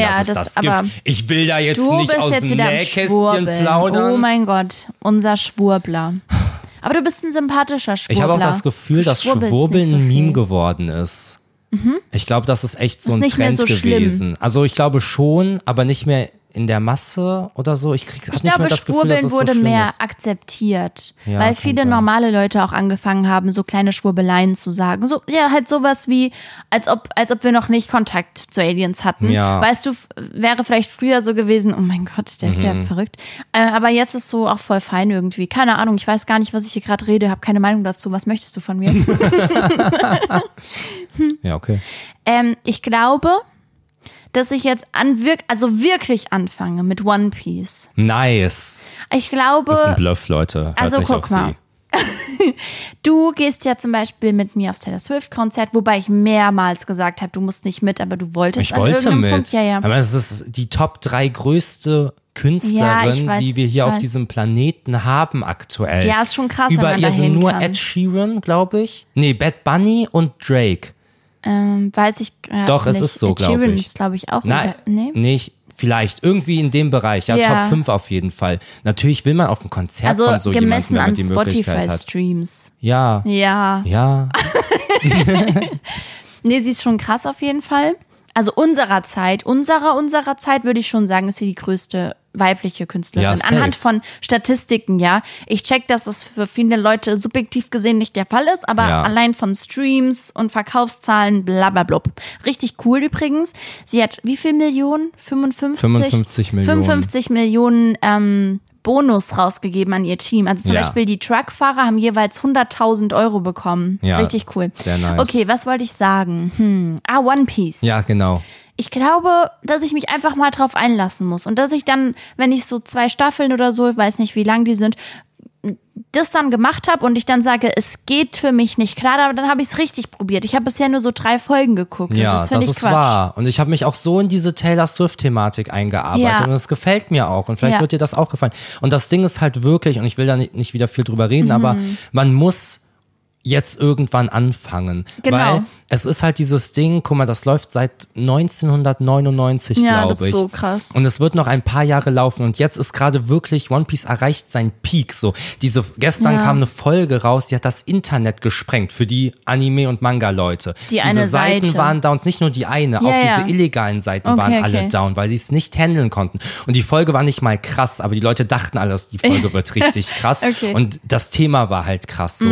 Speaker 1: Ja, ja,
Speaker 2: dass es
Speaker 1: das-
Speaker 2: das,
Speaker 1: aber
Speaker 2: gibt. Ich will da jetzt
Speaker 1: Du
Speaker 2: nicht
Speaker 1: bist
Speaker 2: aus
Speaker 1: jetzt
Speaker 2: dem
Speaker 1: wieder am
Speaker 2: Nähkästchen
Speaker 1: Schwurbeln.
Speaker 2: plaudern.
Speaker 1: Oh mein Gott, unser Schwurbler. Aber du bist ein sympathischer Schwurbler.
Speaker 2: Ich habe auch das Gefühl,
Speaker 1: Du
Speaker 2: dass
Speaker 1: schwurbelst
Speaker 2: Schwurbeln
Speaker 1: nicht so
Speaker 2: ein
Speaker 1: viel. Mhm.
Speaker 2: Meme geworden ist. Ich glaube, das ist echt so
Speaker 1: Ist
Speaker 2: ein
Speaker 1: nicht mehr
Speaker 2: Trend
Speaker 1: so schlimm.
Speaker 2: gewesen. Also ich glaube schon, aber nicht mehr in der Masse oder so. Ich krieg hab
Speaker 1: Ich
Speaker 2: nicht mehr
Speaker 1: glaube,
Speaker 2: das Gefühl, dass
Speaker 1: Schwurbeln
Speaker 2: es so
Speaker 1: wurde
Speaker 2: schlimm
Speaker 1: mehr
Speaker 2: ist.
Speaker 1: akzeptiert,
Speaker 2: Ja,
Speaker 1: weil
Speaker 2: kann
Speaker 1: viele
Speaker 2: sein.
Speaker 1: normale Leute auch angefangen haben, so kleine Schwurbeleien zu sagen. So, ja, halt sowas wie, als ob, als ob wir noch nicht Kontakt zu Aliens hatten.
Speaker 2: Ja.
Speaker 1: Weißt du, f- wäre vielleicht früher so gewesen, oh mein Gott, der ist ja
Speaker 2: Mhm.
Speaker 1: verrückt. Äh, aber jetzt ist so auch voll fein irgendwie. Keine Ahnung, ich weiß gar nicht, was ich hier gerade rede, habe keine Meinung dazu. Was möchtest du von mir?
Speaker 2: Ja, okay.
Speaker 1: Ähm, ich glaube, dass ich jetzt an wirk also wirklich anfange mit One Piece.
Speaker 2: Nice.
Speaker 1: Ich glaube,
Speaker 2: Das ist ein Bluff, Leute. Hört
Speaker 1: Also
Speaker 2: nicht
Speaker 1: guck
Speaker 2: auf
Speaker 1: mal.
Speaker 2: sie.
Speaker 1: du gehst ja zum Beispiel mit mir aufs Taylor Swift Konzert, wobei ich mehrmals gesagt habe, du musst nicht mit, aber du wolltest
Speaker 2: Ich
Speaker 1: an
Speaker 2: wollte
Speaker 1: irgendeinem
Speaker 2: mit.
Speaker 1: Punkt. Ja, ja.
Speaker 2: Aber es ist die Top 3 größte Künstlerin,
Speaker 1: Ja, ich weiß,
Speaker 2: die wir hier
Speaker 1: ich
Speaker 2: auf
Speaker 1: weiß.
Speaker 2: diesem Planeten haben aktuell.
Speaker 1: Ja, ist schon krass, wenn
Speaker 2: Über
Speaker 1: man
Speaker 2: ihr
Speaker 1: dahin
Speaker 2: sind nur
Speaker 1: kann.
Speaker 2: Ed Sheeran, glaube ich. Nee, Bad Bunny und Drake.
Speaker 1: Ähm, weiß ich äh,
Speaker 2: Doch, es
Speaker 1: nicht.
Speaker 2: ist so,
Speaker 1: Ed Sheeran
Speaker 2: glaub ich.
Speaker 1: ist, glaube ich, auch.
Speaker 2: Nein,
Speaker 1: über- nee.
Speaker 2: nicht. Vielleicht, irgendwie in dem Bereich, ja,
Speaker 1: Ja.
Speaker 2: Top 5 auf jeden Fall. Natürlich will man auf ein Konzert
Speaker 1: Also
Speaker 2: von so jemandem,
Speaker 1: gemessen
Speaker 2: wenn man
Speaker 1: an
Speaker 2: die Möglichkeit hat.
Speaker 1: Spotify-Streams.
Speaker 2: Ja,
Speaker 1: Ja.
Speaker 2: ja,
Speaker 1: Nee, sie ist schon krass auf jeden Fall. Also unserer Zeit, unserer, unserer Zeit würde ich schon sagen, ist sie die größte weibliche Künstlerin.
Speaker 2: Ja, safe.
Speaker 1: Anhand von Statistiken, ja. Ich check, dass das für viele Leute subjektiv gesehen nicht der Fall ist, aber
Speaker 2: Ja.
Speaker 1: allein von Streams und Verkaufszahlen, blablabla. Richtig cool übrigens. Sie hat wie viel Millionen? 55?
Speaker 2: 55 Millionen.
Speaker 1: 55 Millionen ähm, Bonus rausgegeben an ihr Team. Also zum
Speaker 2: Ja.
Speaker 1: Beispiel die Truckfahrer haben jeweils 100.000 Euro bekommen.
Speaker 2: Ja,
Speaker 1: Richtig cool.
Speaker 2: sehr nice.
Speaker 1: Okay, was wollte ich sagen? Hm. Ah, One Piece.
Speaker 2: ja, genau.
Speaker 1: Ich glaube, dass ich mich einfach mal drauf einlassen muss und dass ich dann, wenn ich so zwei Staffeln oder so, ich weiß nicht, wie lang die sind, das dann gemacht habe und ich dann sage, es geht für mich nicht klar, aber dann habe ich es richtig probiert. Ich habe bisher nur so drei Folgen geguckt
Speaker 2: Ja,
Speaker 1: und das
Speaker 2: das,
Speaker 1: finde ich
Speaker 2: ist
Speaker 1: Quatsch.
Speaker 2: wahr. Und ich habe mich auch so in diese Taylor Swift-Thematik eingearbeitet
Speaker 1: Ja.
Speaker 2: und es gefällt mir auch. Und vielleicht
Speaker 1: Ja.
Speaker 2: wird dir das auch
Speaker 1: Mhm.
Speaker 2: gefallen. Und das Ding ist halt wirklich, und ich will da nicht, nicht wieder viel drüber reden, aber man muss jetzt irgendwann anfangen.
Speaker 1: Genau.
Speaker 2: Weil es ist halt dieses Ding, guck mal, das läuft seit 1999,
Speaker 1: Ja,
Speaker 2: glaube
Speaker 1: das ist
Speaker 2: ich.
Speaker 1: so krass.
Speaker 2: Und es wird noch ein paar Jahre laufen. Und jetzt ist gerade wirklich, One Piece erreicht seinen Peak. So, diese, gestern
Speaker 1: Ja.
Speaker 2: kam eine Folge raus, die hat das Internet gesprengt für die Anime- und Manga-Leute.
Speaker 1: Die
Speaker 2: diese
Speaker 1: eine
Speaker 2: Seiten
Speaker 1: Seite.
Speaker 2: waren down, nicht nur die eine, auch
Speaker 1: ja.
Speaker 2: diese illegalen Seiten
Speaker 1: Okay,
Speaker 2: waren alle
Speaker 1: okay.
Speaker 2: down, weil sie es nicht handeln konnten. Und die Folge war nicht mal krass, aber die Leute dachten alles, die Folge wird richtig krass.
Speaker 1: Okay. Mm.
Speaker 2: Und das Thema war halt krass so.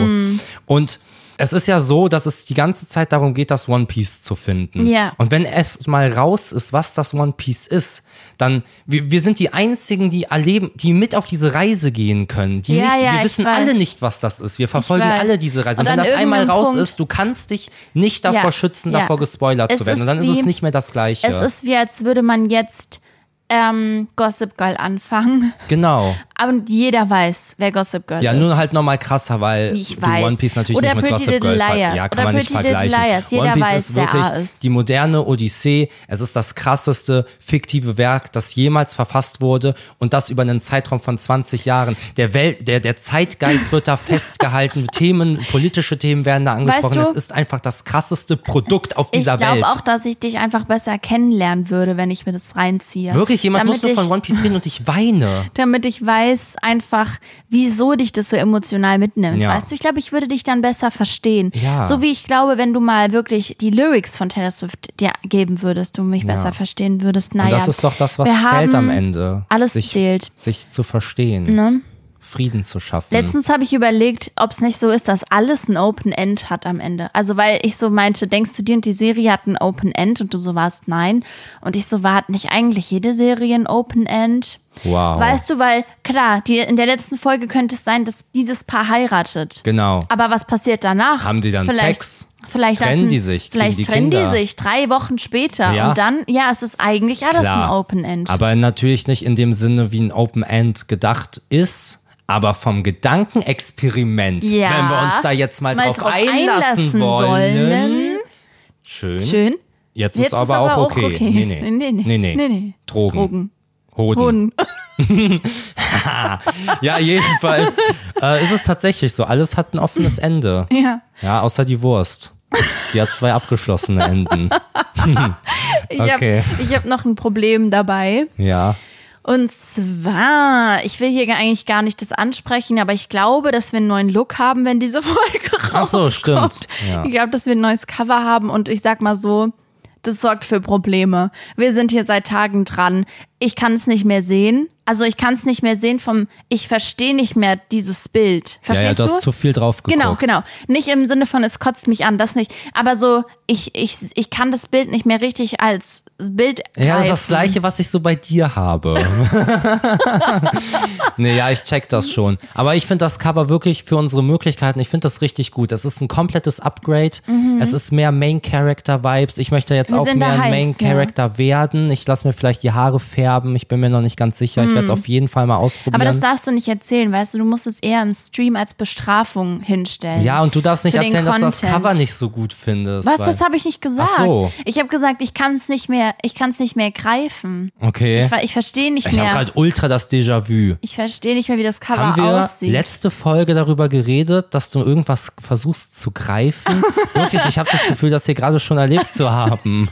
Speaker 2: Und es ist ja so, dass es die ganze Zeit darum geht, das One Piece zu finden.
Speaker 1: Ja.
Speaker 2: Und wenn es mal raus ist, was das One Piece ist, dann wir, wir sind die einzigen, die erleben, die mit auf diese Reise gehen können. Die
Speaker 1: Ja,
Speaker 2: nicht,
Speaker 1: ja, ich
Speaker 2: wir wissen
Speaker 1: weiß.
Speaker 2: alle nicht, was das ist. Wir verfolgen
Speaker 1: weiß.
Speaker 2: alle diese Reise.
Speaker 1: Und
Speaker 2: Und, wenn
Speaker 1: an
Speaker 2: das einmal
Speaker 1: irgendeinem
Speaker 2: raus
Speaker 1: Punkt-
Speaker 2: ist, du kannst dich nicht davor
Speaker 1: Ja,
Speaker 2: schützen,
Speaker 1: ja.
Speaker 2: davor gespoilert
Speaker 1: Es
Speaker 2: zu werden.
Speaker 1: ist
Speaker 2: Und dann ist
Speaker 1: wie-
Speaker 2: es nicht mehr das Gleiche.
Speaker 1: Es ist wie, als würde man jetzt ähm, Gossip Girl anfangen.
Speaker 2: genau.
Speaker 1: Und jeder weiß, wer Gossip Girl
Speaker 2: Ja,
Speaker 1: ist.
Speaker 2: nur halt nochmal krasser, weil
Speaker 1: Ich
Speaker 2: du
Speaker 1: weiß.
Speaker 2: One Piece natürlich
Speaker 1: Oder
Speaker 2: nicht mit
Speaker 1: Pretty
Speaker 2: Gossip
Speaker 1: Little
Speaker 2: Girl ver-
Speaker 1: Liars.
Speaker 2: Ja, kann
Speaker 1: Oder
Speaker 2: man nicht
Speaker 1: Pretty Little
Speaker 2: vergleichen.
Speaker 1: Liars. Jeder
Speaker 2: One Piece
Speaker 1: weiß,
Speaker 2: ist
Speaker 1: wer
Speaker 2: wirklich
Speaker 1: A ist.
Speaker 2: die moderne Odyssee. Es ist das krasseste fiktive Werk, das jemals verfasst wurde und das über einen Zeitraum von 20 Jahren. Der Welt, der, der Zeitgeist wird da festgehalten. Themen, politische Themen werden da angesprochen.
Speaker 1: du,
Speaker 2: es ist einfach das krasseste Produkt auf
Speaker 1: ich
Speaker 2: dieser
Speaker 1: glaube
Speaker 2: Welt.
Speaker 1: auch, dass ich dich einfach besser kennenlernen würde, wenn ich mir das reinziehe.
Speaker 2: Wirklich, jemand
Speaker 1: damit
Speaker 2: muss nur
Speaker 1: ich,
Speaker 2: von One Piece reden und ich weine.
Speaker 1: Damit ich weiß einfach, wieso dich das so emotional mitnimmt.
Speaker 2: Ja.
Speaker 1: Weißt du, ich glaube, ich würde dich dann besser verstehen.
Speaker 2: Ja.
Speaker 1: So wie ich glaube, wenn du mal wirklich die Lyrics von Taylor Swift dir geben würdest, du mich besser verstehen würdest. Naja,
Speaker 2: Und das ist doch das, was
Speaker 1: wir
Speaker 2: zählt
Speaker 1: haben
Speaker 2: am Ende.
Speaker 1: alles
Speaker 2: sich,
Speaker 1: zählt. Ne?
Speaker 2: Sich zu verstehen. Frieden zu schaffen.
Speaker 1: Letztens habe ich überlegt, ob es nicht so ist, dass alles ein Open End hat am Ende. Also weil ich so meinte, denkst du dir, die Serie hat ein Open End und du so warst, nein. Und ich so war, hat nicht eigentlich jede Serie ein Open End?
Speaker 2: Wow.
Speaker 1: Weißt du, weil klar, die, in der letzten Folge könnte es sein, dass dieses Paar heiratet.
Speaker 2: Genau.
Speaker 1: Aber was passiert danach?
Speaker 2: Haben die dann
Speaker 1: vielleicht,
Speaker 2: Sex?
Speaker 1: Vielleicht
Speaker 2: Trennen
Speaker 1: lassen,
Speaker 2: die sich? Kriegen
Speaker 1: Vielleicht
Speaker 2: die
Speaker 1: trennen
Speaker 2: Kinder?
Speaker 1: die sich drei Wochen später.
Speaker 2: Ja.
Speaker 1: Und dann, ja, es ist eigentlich alles
Speaker 2: Klar.
Speaker 1: ein Open End.
Speaker 2: Aber natürlich nicht in dem Sinne, wie ein Open End gedacht ist. Aber vom Gedankenexperiment,
Speaker 1: Ja.
Speaker 2: wenn wir uns da jetzt mal,
Speaker 1: Mal
Speaker 2: drauf,
Speaker 1: drauf einlassen
Speaker 2: einlassen wollen.
Speaker 1: wollen.
Speaker 2: Schön.
Speaker 1: Schön.
Speaker 2: Jetzt,
Speaker 1: Jetzt
Speaker 2: ist aber auch okay. Nee, nee.
Speaker 1: Nee, nee. Nee, nee.
Speaker 2: Drogen.
Speaker 1: Drogen.
Speaker 2: Hoden.
Speaker 1: Hunden.
Speaker 2: Ja, jedenfalls äh, ist es tatsächlich so. Alles hat ein offenes Ende.
Speaker 1: Ja.
Speaker 2: Ja, außer die Wurst. Die hat zwei abgeschlossene Enden.
Speaker 1: Ich hab-
Speaker 2: Okay.
Speaker 1: ich habe hab noch ein Problem dabei.
Speaker 2: Ja.
Speaker 1: Und zwar, ich will hier gar- eigentlich gar nicht das ansprechen, aber ich glaube, dass wir einen neuen Look haben, wenn diese Folge rauskommt.
Speaker 2: Ach so, stimmt. Ja.
Speaker 1: Ich glaube, dass wir ein neues Cover haben und ich sag mal so, das sorgt für Probleme. Wir sind hier seit Tagen dran. Ich kann es nicht mehr sehen. Also ich kann es nicht mehr sehen vom, ich verstehe nicht mehr dieses Bild.
Speaker 2: Ja, ja,
Speaker 1: Verstehst
Speaker 2: du
Speaker 1: du?
Speaker 2: hast zu viel drauf geguckt.
Speaker 1: Genau, genau. Nicht im Sinne von, es kotzt mich an, das nicht. Aber so, ich, ich, ich kann das Bild nicht mehr richtig als Bild greifen.
Speaker 2: Ja, das ist das Gleiche, was ich so bei dir habe. nee, ja, ich check das schon. Aber ich finde das Cover wirklich für unsere Möglichkeiten, ich finde das richtig gut. Es ist ein komplettes Upgrade. Es ist mehr Main-Character-Vibes. Ich möchte jetzt
Speaker 1: Mhm. Wir
Speaker 2: auch
Speaker 1: sind da
Speaker 2: mehr
Speaker 1: heiß,
Speaker 2: Main-Character werden. Ich lasse mir vielleicht die Haare färben. Ich bin mir noch nicht ganz sicher. Ich werde es auf jeden Fall mal ausprobieren.
Speaker 1: Mhm. Aber das darfst du nicht erzählen, weißt du, du musst es eher im Stream als Bestrafung hinstellen.
Speaker 2: ja, und du darfst nicht
Speaker 1: für den
Speaker 2: erzählen, dass du das
Speaker 1: Content.
Speaker 2: Cover nicht so gut findest.
Speaker 1: Was,
Speaker 2: weil-
Speaker 1: das habe ich nicht gesagt.
Speaker 2: Ach so.
Speaker 1: Ich habe gesagt, ich kann es nicht mehr, ich kann es nicht mehr greifen.
Speaker 2: Okay.
Speaker 1: Ich, ver- ich verstehe nicht
Speaker 2: Ich habe
Speaker 1: mehr.
Speaker 2: gerade ultra das Déjà-vu.
Speaker 1: Ich verstehe nicht mehr, wie das Cover
Speaker 2: Haben wir
Speaker 1: aussieht.
Speaker 2: letzte Folge darüber geredet, dass du irgendwas versuchst zu greifen? Wirklich, ich habe das Gefühl, das hier gerade schon erlebt zu haben.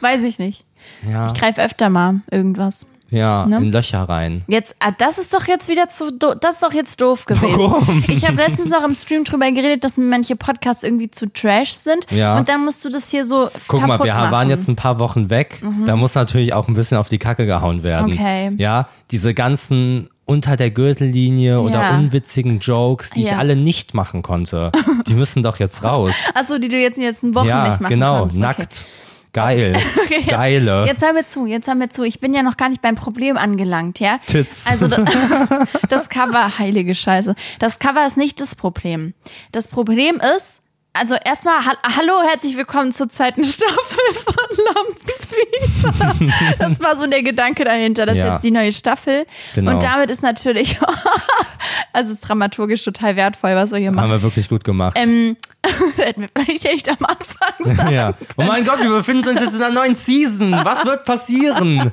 Speaker 1: Weiß ich nicht.
Speaker 2: Ja,
Speaker 1: Ich greife öfter mal irgendwas.
Speaker 2: ja
Speaker 1: Ne?
Speaker 2: in Löcher rein.
Speaker 1: Jetzt, ah, das ist doch jetzt wieder zu, do das ist doch jetzt doof gewesen.
Speaker 2: Warum?
Speaker 1: Ich habe letztens noch im Stream drüber geredet, dass mir manche Podcasts irgendwie zu trash sind.
Speaker 2: Ja.
Speaker 1: Und dann musst du das hier so
Speaker 2: Guck
Speaker 1: kaputt
Speaker 2: mal, wir
Speaker 1: machen. Mhm.
Speaker 2: waren jetzt ein paar Wochen weg. Da muss natürlich auch ein bisschen auf die Kacke gehauen werden.
Speaker 1: Okay.
Speaker 2: Ja, diese ganzen unter der Gürtellinie oder unwitzigen Jokes, die ich
Speaker 1: Ja.
Speaker 2: alle nicht machen konnte, die müssen doch jetzt raus.
Speaker 1: Achso, die du jetzt in den letzten Wochen
Speaker 2: ja,
Speaker 1: nicht machen
Speaker 2: genau,
Speaker 1: konntest. Okay.
Speaker 2: nackt. Geil.
Speaker 1: Okay, jetzt-
Speaker 2: Geile.
Speaker 1: Jetzt hör mir zu, jetzt hör mir zu. Ich bin ja noch gar nicht beim Problem angelangt, ja?
Speaker 2: Tits.
Speaker 1: Also das, das Cover, heilige Scheiße. Das Cover ist nicht das Problem. Das Problem ist, also erstmal, ha hallo, herzlich willkommen zur zweiten Staffel von Lampenfieber. Das war so der Gedanke dahinter, das
Speaker 2: Ja.
Speaker 1: ist jetzt die neue Staffel.
Speaker 2: Genau.
Speaker 1: Und damit ist natürlich, also ist dramaturgisch total wertvoll, was wir hier machen.
Speaker 2: Haben wir wirklich gut
Speaker 1: Ähm,
Speaker 2: gemacht.
Speaker 1: Hätten wir vielleicht echt am Anfang sagen
Speaker 2: Ja. Oh mein Gott, wir befinden uns jetzt in einer neuen Season. Was wird passieren?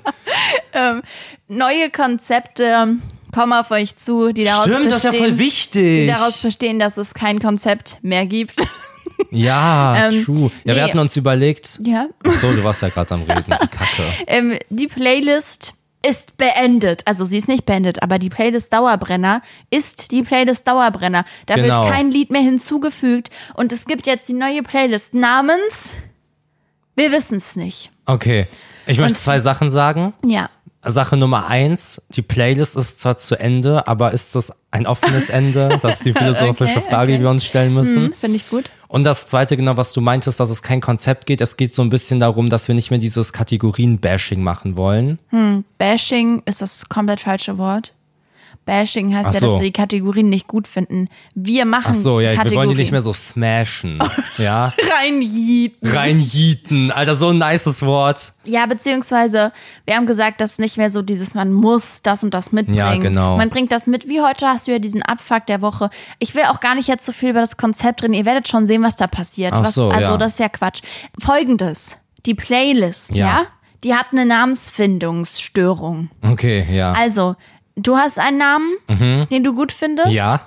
Speaker 1: neue Konzepte, kommen auf euch zu, die daraus,
Speaker 2: Stimmt, das ist ja
Speaker 1: bestehen,
Speaker 2: voll
Speaker 1: die
Speaker 2: wichtig.
Speaker 1: daraus bestehen, dass es kein Konzept mehr gibt.
Speaker 2: Ja,
Speaker 1: Ähm,
Speaker 2: true. Ja,
Speaker 1: nee.
Speaker 2: wir hatten uns überlegt.
Speaker 1: ja.
Speaker 2: Ach So, du warst ja gerade am Reden. Die Kacke.
Speaker 1: Ähm, die Playlist ist beendet. Also sie ist nicht beendet, aber die Playlist Dauerbrenner ist die Playlist Dauerbrenner. Da
Speaker 2: Genau.
Speaker 1: wird kein Lied mehr hinzugefügt. Und es gibt jetzt die neue Playlist namens Wir wissen es nicht.
Speaker 2: Okay. Ich möchte
Speaker 1: Und-
Speaker 2: zwei Sachen sagen.
Speaker 1: Ja.
Speaker 2: Sache Nummer eins, die Playlist ist zwar zu Ende, aber ist das ein offenes Ende? Das ist die philosophische
Speaker 1: Okay,
Speaker 2: Frage, die wir uns stellen müssen.
Speaker 1: Hm, Finde ich gut.
Speaker 2: Und das zweite, genau, was du meintest, dass es kein Konzept geht. Es geht so ein bisschen darum, dass wir nicht mehr dieses Kategorien-Bashing machen wollen.
Speaker 1: Bashing ist das komplett falsche Wort. Bashing heißt
Speaker 2: Ach
Speaker 1: ja, dass
Speaker 2: so.
Speaker 1: wir die Kategorien nicht gut finden. Wir machen
Speaker 2: Ach so, ja, wir
Speaker 1: Kategorien.
Speaker 2: wollen die nicht mehr so smashen. Ja.
Speaker 1: reinjieten.
Speaker 2: Reinjieten. Alter, so ein nices Wort.
Speaker 1: Ja, beziehungsweise wir haben gesagt, dass nicht mehr so dieses, man muss das und das mitbringen.
Speaker 2: Ja, genau.
Speaker 1: Man bringt das mit. Wie heute hast du ja diesen Abfuck der Woche. Ich will auch gar nicht jetzt so viel über das Konzept reden. Ihr werdet schon sehen, was da passiert.
Speaker 2: Ach
Speaker 1: was,
Speaker 2: so,
Speaker 1: also
Speaker 2: ja.
Speaker 1: das ist ja Quatsch. Folgendes, die Playlist, ja,
Speaker 2: Ja.
Speaker 1: die hat eine Namensfindungsstörung.
Speaker 2: Okay, ja.
Speaker 1: Also, du hast einen Namen, den du gut findest.
Speaker 2: Mhm. ja.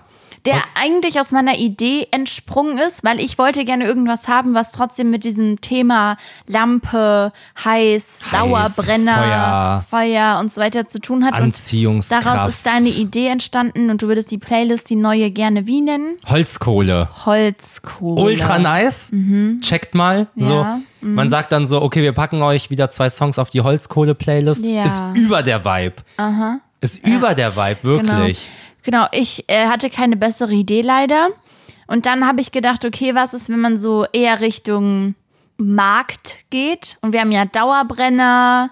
Speaker 1: Der eigentlich aus meiner Idee entsprungen ist, weil ich wollte gerne irgendwas haben, was trotzdem mit diesem Thema Lampe, heiß, Dauerbrenner, Feuer. und so weiter zu tun hat. und
Speaker 2: Anziehungskraft.
Speaker 1: daraus ist deine Idee entstanden und du würdest die Playlist, die neue, gerne wie nennen?
Speaker 2: Holzkohle.
Speaker 1: Holzkohle.
Speaker 2: Ultra nice. Checkt mal. So.
Speaker 1: Mhm. Ja, mhm.
Speaker 2: Man sagt dann so, okay, wir packen euch wieder zwei Songs auf die Holzkohle-Playlist.
Speaker 1: Ja.
Speaker 2: Ist über der Vibe. Ist über der Vibe, wirklich.
Speaker 1: Genau, genau. ich äh, hatte keine bessere Idee leider. Und dann habe ich gedacht, okay, was ist, wenn man so eher Richtung Markt geht? Und wir haben ja Dauerbrenner,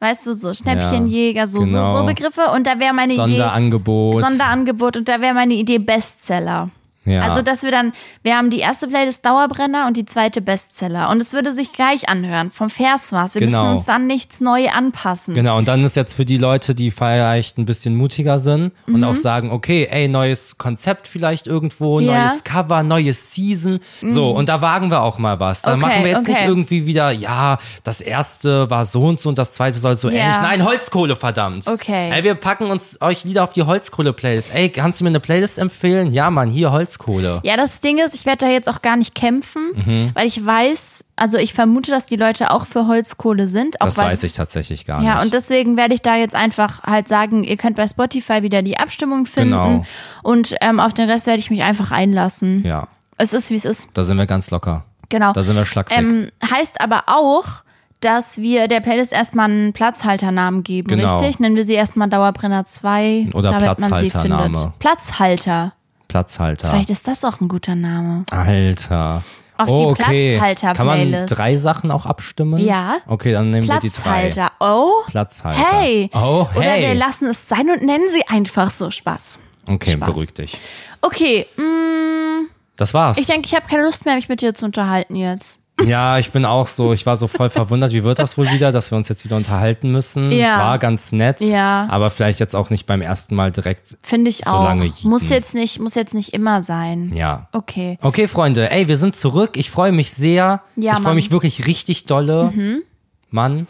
Speaker 1: weißt du, so Schnäppchenjäger, so, so,
Speaker 2: genau.
Speaker 1: so Begriffe. Und da wäre meine Idee.
Speaker 2: Sonderangebot.
Speaker 1: Sonderangebot und da wäre meine Idee Bestseller.
Speaker 2: Ja.
Speaker 1: Also, dass wir dann, wir haben die erste Playlist Dauerbrenner und die zweite Bestseller. Und es würde sich gleich anhören, vom Vers war's. Wir
Speaker 2: Genau.
Speaker 1: müssen uns dann nichts neu anpassen.
Speaker 2: Genau, und dann ist jetzt für die Leute, die vielleicht ein bisschen mutiger sind
Speaker 1: Mhm.
Speaker 2: und auch sagen, okay, ey, neues Konzept vielleicht irgendwo,
Speaker 1: Ja. Mhm.
Speaker 2: neues Cover, neues Season. So, und da wagen wir auch mal was. Da
Speaker 1: Okay,
Speaker 2: machen wir jetzt
Speaker 1: okay.
Speaker 2: nicht irgendwie wieder, ja, das erste war so und so und das zweite soll so
Speaker 1: Ja.
Speaker 2: ähnlich. Nein, Holzkohle, verdammt.
Speaker 1: Okay.
Speaker 2: Ey, wir packen uns euch Lieder auf die Holzkohle-Playlist. Ey, kannst du mir eine Playlist empfehlen? Ja, Mann, hier Holzkohle.
Speaker 1: Ja, das Ding ist, ich werde da jetzt auch gar nicht kämpfen,
Speaker 2: Mhm.
Speaker 1: weil ich weiß, also ich vermute, dass die Leute auch für Holzkohle sind. Auch
Speaker 2: Das
Speaker 1: weil
Speaker 2: weiß ich tatsächlich gar
Speaker 1: Ja,
Speaker 2: nicht.
Speaker 1: und deswegen werde ich da jetzt einfach halt sagen, ihr könnt bei Spotify wieder die Abstimmung finden
Speaker 2: Genau.
Speaker 1: und ähm, auf den Rest werde ich mich einfach einlassen.
Speaker 2: ja,
Speaker 1: Es ist, wie es ist.
Speaker 2: da sind wir ganz locker.
Speaker 1: Genau.
Speaker 2: Da sind wir schlaksig.
Speaker 1: ähm, heißt aber auch, dass wir der Playlist erstmal einen Platzhalternamen geben,
Speaker 2: Genau.
Speaker 1: richtig? Nennen wir sie erstmal Dauerbrenner 2,
Speaker 2: Oder
Speaker 1: damit man sie
Speaker 2: Platzhaltername.
Speaker 1: findet. Platzhalter.
Speaker 2: Platzhalter.
Speaker 1: Vielleicht ist das auch ein guter Name.
Speaker 2: Alter.
Speaker 1: Auf
Speaker 2: oh,
Speaker 1: die
Speaker 2: okay.
Speaker 1: Platzhalter-Playlist.
Speaker 2: Kann man drei Sachen auch abstimmen?
Speaker 1: Ja.
Speaker 2: Okay, dann nehmen wir die drei.
Speaker 1: Platzhalter. Oh.
Speaker 2: Platzhalter.
Speaker 1: Hey.
Speaker 2: Oh,
Speaker 1: Oder
Speaker 2: hey.
Speaker 1: wir lassen es sein und nennen sie einfach so Spaß.
Speaker 2: Okay,
Speaker 1: Spaß.
Speaker 2: beruhig dich.
Speaker 1: Okay, mm,
Speaker 2: Das war's.
Speaker 1: ich denke, ich habe keine Lust mehr, mich mit dir zu unterhalten jetzt.
Speaker 2: ja, ich bin auch so, ich war so voll verwundert, wie wird das wohl wieder, dass wir uns jetzt wieder unterhalten müssen.
Speaker 1: Ja.
Speaker 2: Es war ganz nett,
Speaker 1: Ja.
Speaker 2: aber vielleicht jetzt auch nicht beim ersten Mal direkt.
Speaker 1: Finde ich
Speaker 2: So
Speaker 1: auch.
Speaker 2: lange jeeten.
Speaker 1: muss jetzt nicht, muss jetzt nicht immer sein.
Speaker 2: Hm. Ja.
Speaker 1: Okay.
Speaker 2: Okay, Freunde, ey, wir sind zurück. Ich freue mich sehr.
Speaker 1: Ja,
Speaker 2: ich freue
Speaker 1: Mann. Mhm.
Speaker 2: mich wirklich richtig dolle. Mann.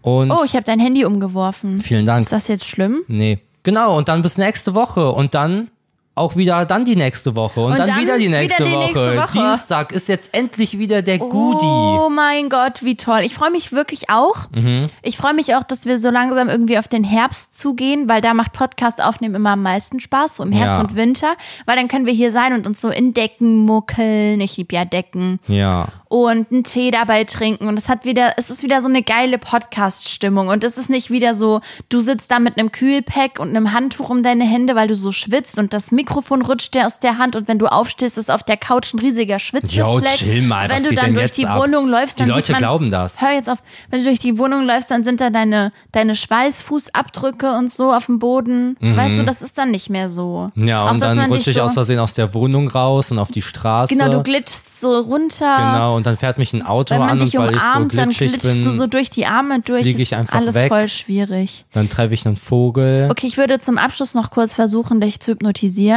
Speaker 2: Und
Speaker 1: Oh, ich habe dein Handy umgeworfen.
Speaker 2: vielen Dank.
Speaker 1: Ist das jetzt schlimm?
Speaker 2: Nee. Genau, und dann bis nächste Woche und dann auch wieder dann die nächste Woche und,
Speaker 1: Und
Speaker 2: dann,
Speaker 1: dann
Speaker 2: wieder die
Speaker 1: wieder
Speaker 2: nächste,
Speaker 1: die
Speaker 2: Woche.
Speaker 1: nächste Woche.
Speaker 2: Dienstag ist jetzt endlich wieder der Goodie.
Speaker 1: Oh mein Gott, wie toll. Ich freue mich wirklich auch.
Speaker 2: Mhm.
Speaker 1: Ich freue mich auch, dass wir so langsam irgendwie auf den Herbst zugehen, weil da macht Podcast aufnehmen immer am meisten Spaß, so im Herbst
Speaker 2: Ja.
Speaker 1: und Winter, weil dann können wir hier sein und uns so in Decken muckeln. Ich liebe ja Decken.
Speaker 2: Ja.
Speaker 1: Und einen Tee dabei trinken. Und es hat wieder, es ist wieder so eine geile Podcast-Stimmung. Und es ist nicht wieder so, du sitzt da mit einem Kühlpack und einem Handtuch um deine Hände, weil du so schwitzt und das Mikrofon rutscht dir aus der Hand und wenn du aufstehst, ist auf der Couch ein riesiger Schwitzfleck.
Speaker 2: Jo, chill mal,
Speaker 1: Wenn
Speaker 2: was
Speaker 1: du
Speaker 2: geht
Speaker 1: dann
Speaker 2: denn
Speaker 1: durch
Speaker 2: jetzt
Speaker 1: die
Speaker 2: ab?
Speaker 1: Wohnung läufst,
Speaker 2: Die
Speaker 1: dann
Speaker 2: Leute
Speaker 1: sieht man,
Speaker 2: glauben das.
Speaker 1: Hör jetzt auf. Wenn du durch die Wohnung läufst, dann sind da deine, deine Schweißfußabdrücke und so auf dem Boden. Weißt du, das ist dann nicht mehr so.
Speaker 2: Mhm. Ja,
Speaker 1: Auch,
Speaker 2: und
Speaker 1: dass
Speaker 2: dann
Speaker 1: man dich
Speaker 2: rutsche ich
Speaker 1: so,
Speaker 2: aus Versehen aus der Wohnung raus und auf die Straße.
Speaker 1: Genau, du glitschst so runter.
Speaker 2: Genau, und dann fährt mich ein Auto
Speaker 1: Wenn man
Speaker 2: an und
Speaker 1: dich
Speaker 2: weil ich so
Speaker 1: umarmt, dann
Speaker 2: glitschig
Speaker 1: glitschst du
Speaker 2: bin,
Speaker 1: so durch die Arme durch.
Speaker 2: flieg ich
Speaker 1: Ist
Speaker 2: einfach
Speaker 1: alles
Speaker 2: weg.
Speaker 1: voll schwierig.
Speaker 2: dann treffe ich einen Vogel.
Speaker 1: Okay, ich würde zum Abschluss noch kurz versuchen, dich zu hypnotisieren.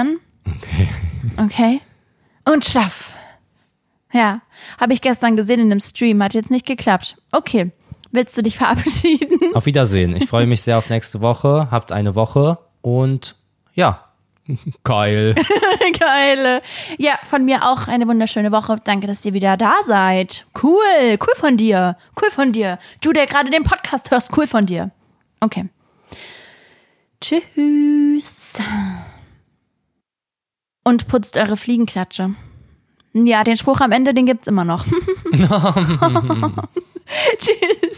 Speaker 1: Okay. Okay. Und schlaff. Ja, habe ich gestern gesehen in einem Stream, hat jetzt nicht geklappt. Okay, willst du dich verabschieden?
Speaker 2: Auf Wiedersehen. Ich freue mich sehr auf nächste Woche. Habt eine Woche. Und ja, geil.
Speaker 1: Geile. Ja, von mir auch eine wunderschöne Woche. Danke, dass ihr wieder da seid. Cool, cool von dir. Cool von dir. Du, der gerade den Podcast hörst, cool von dir. Okay. Tschüss. Und putzt eure Fliegenklatsche. Ja, den Spruch am Ende, den gibt's immer noch. Tschüss.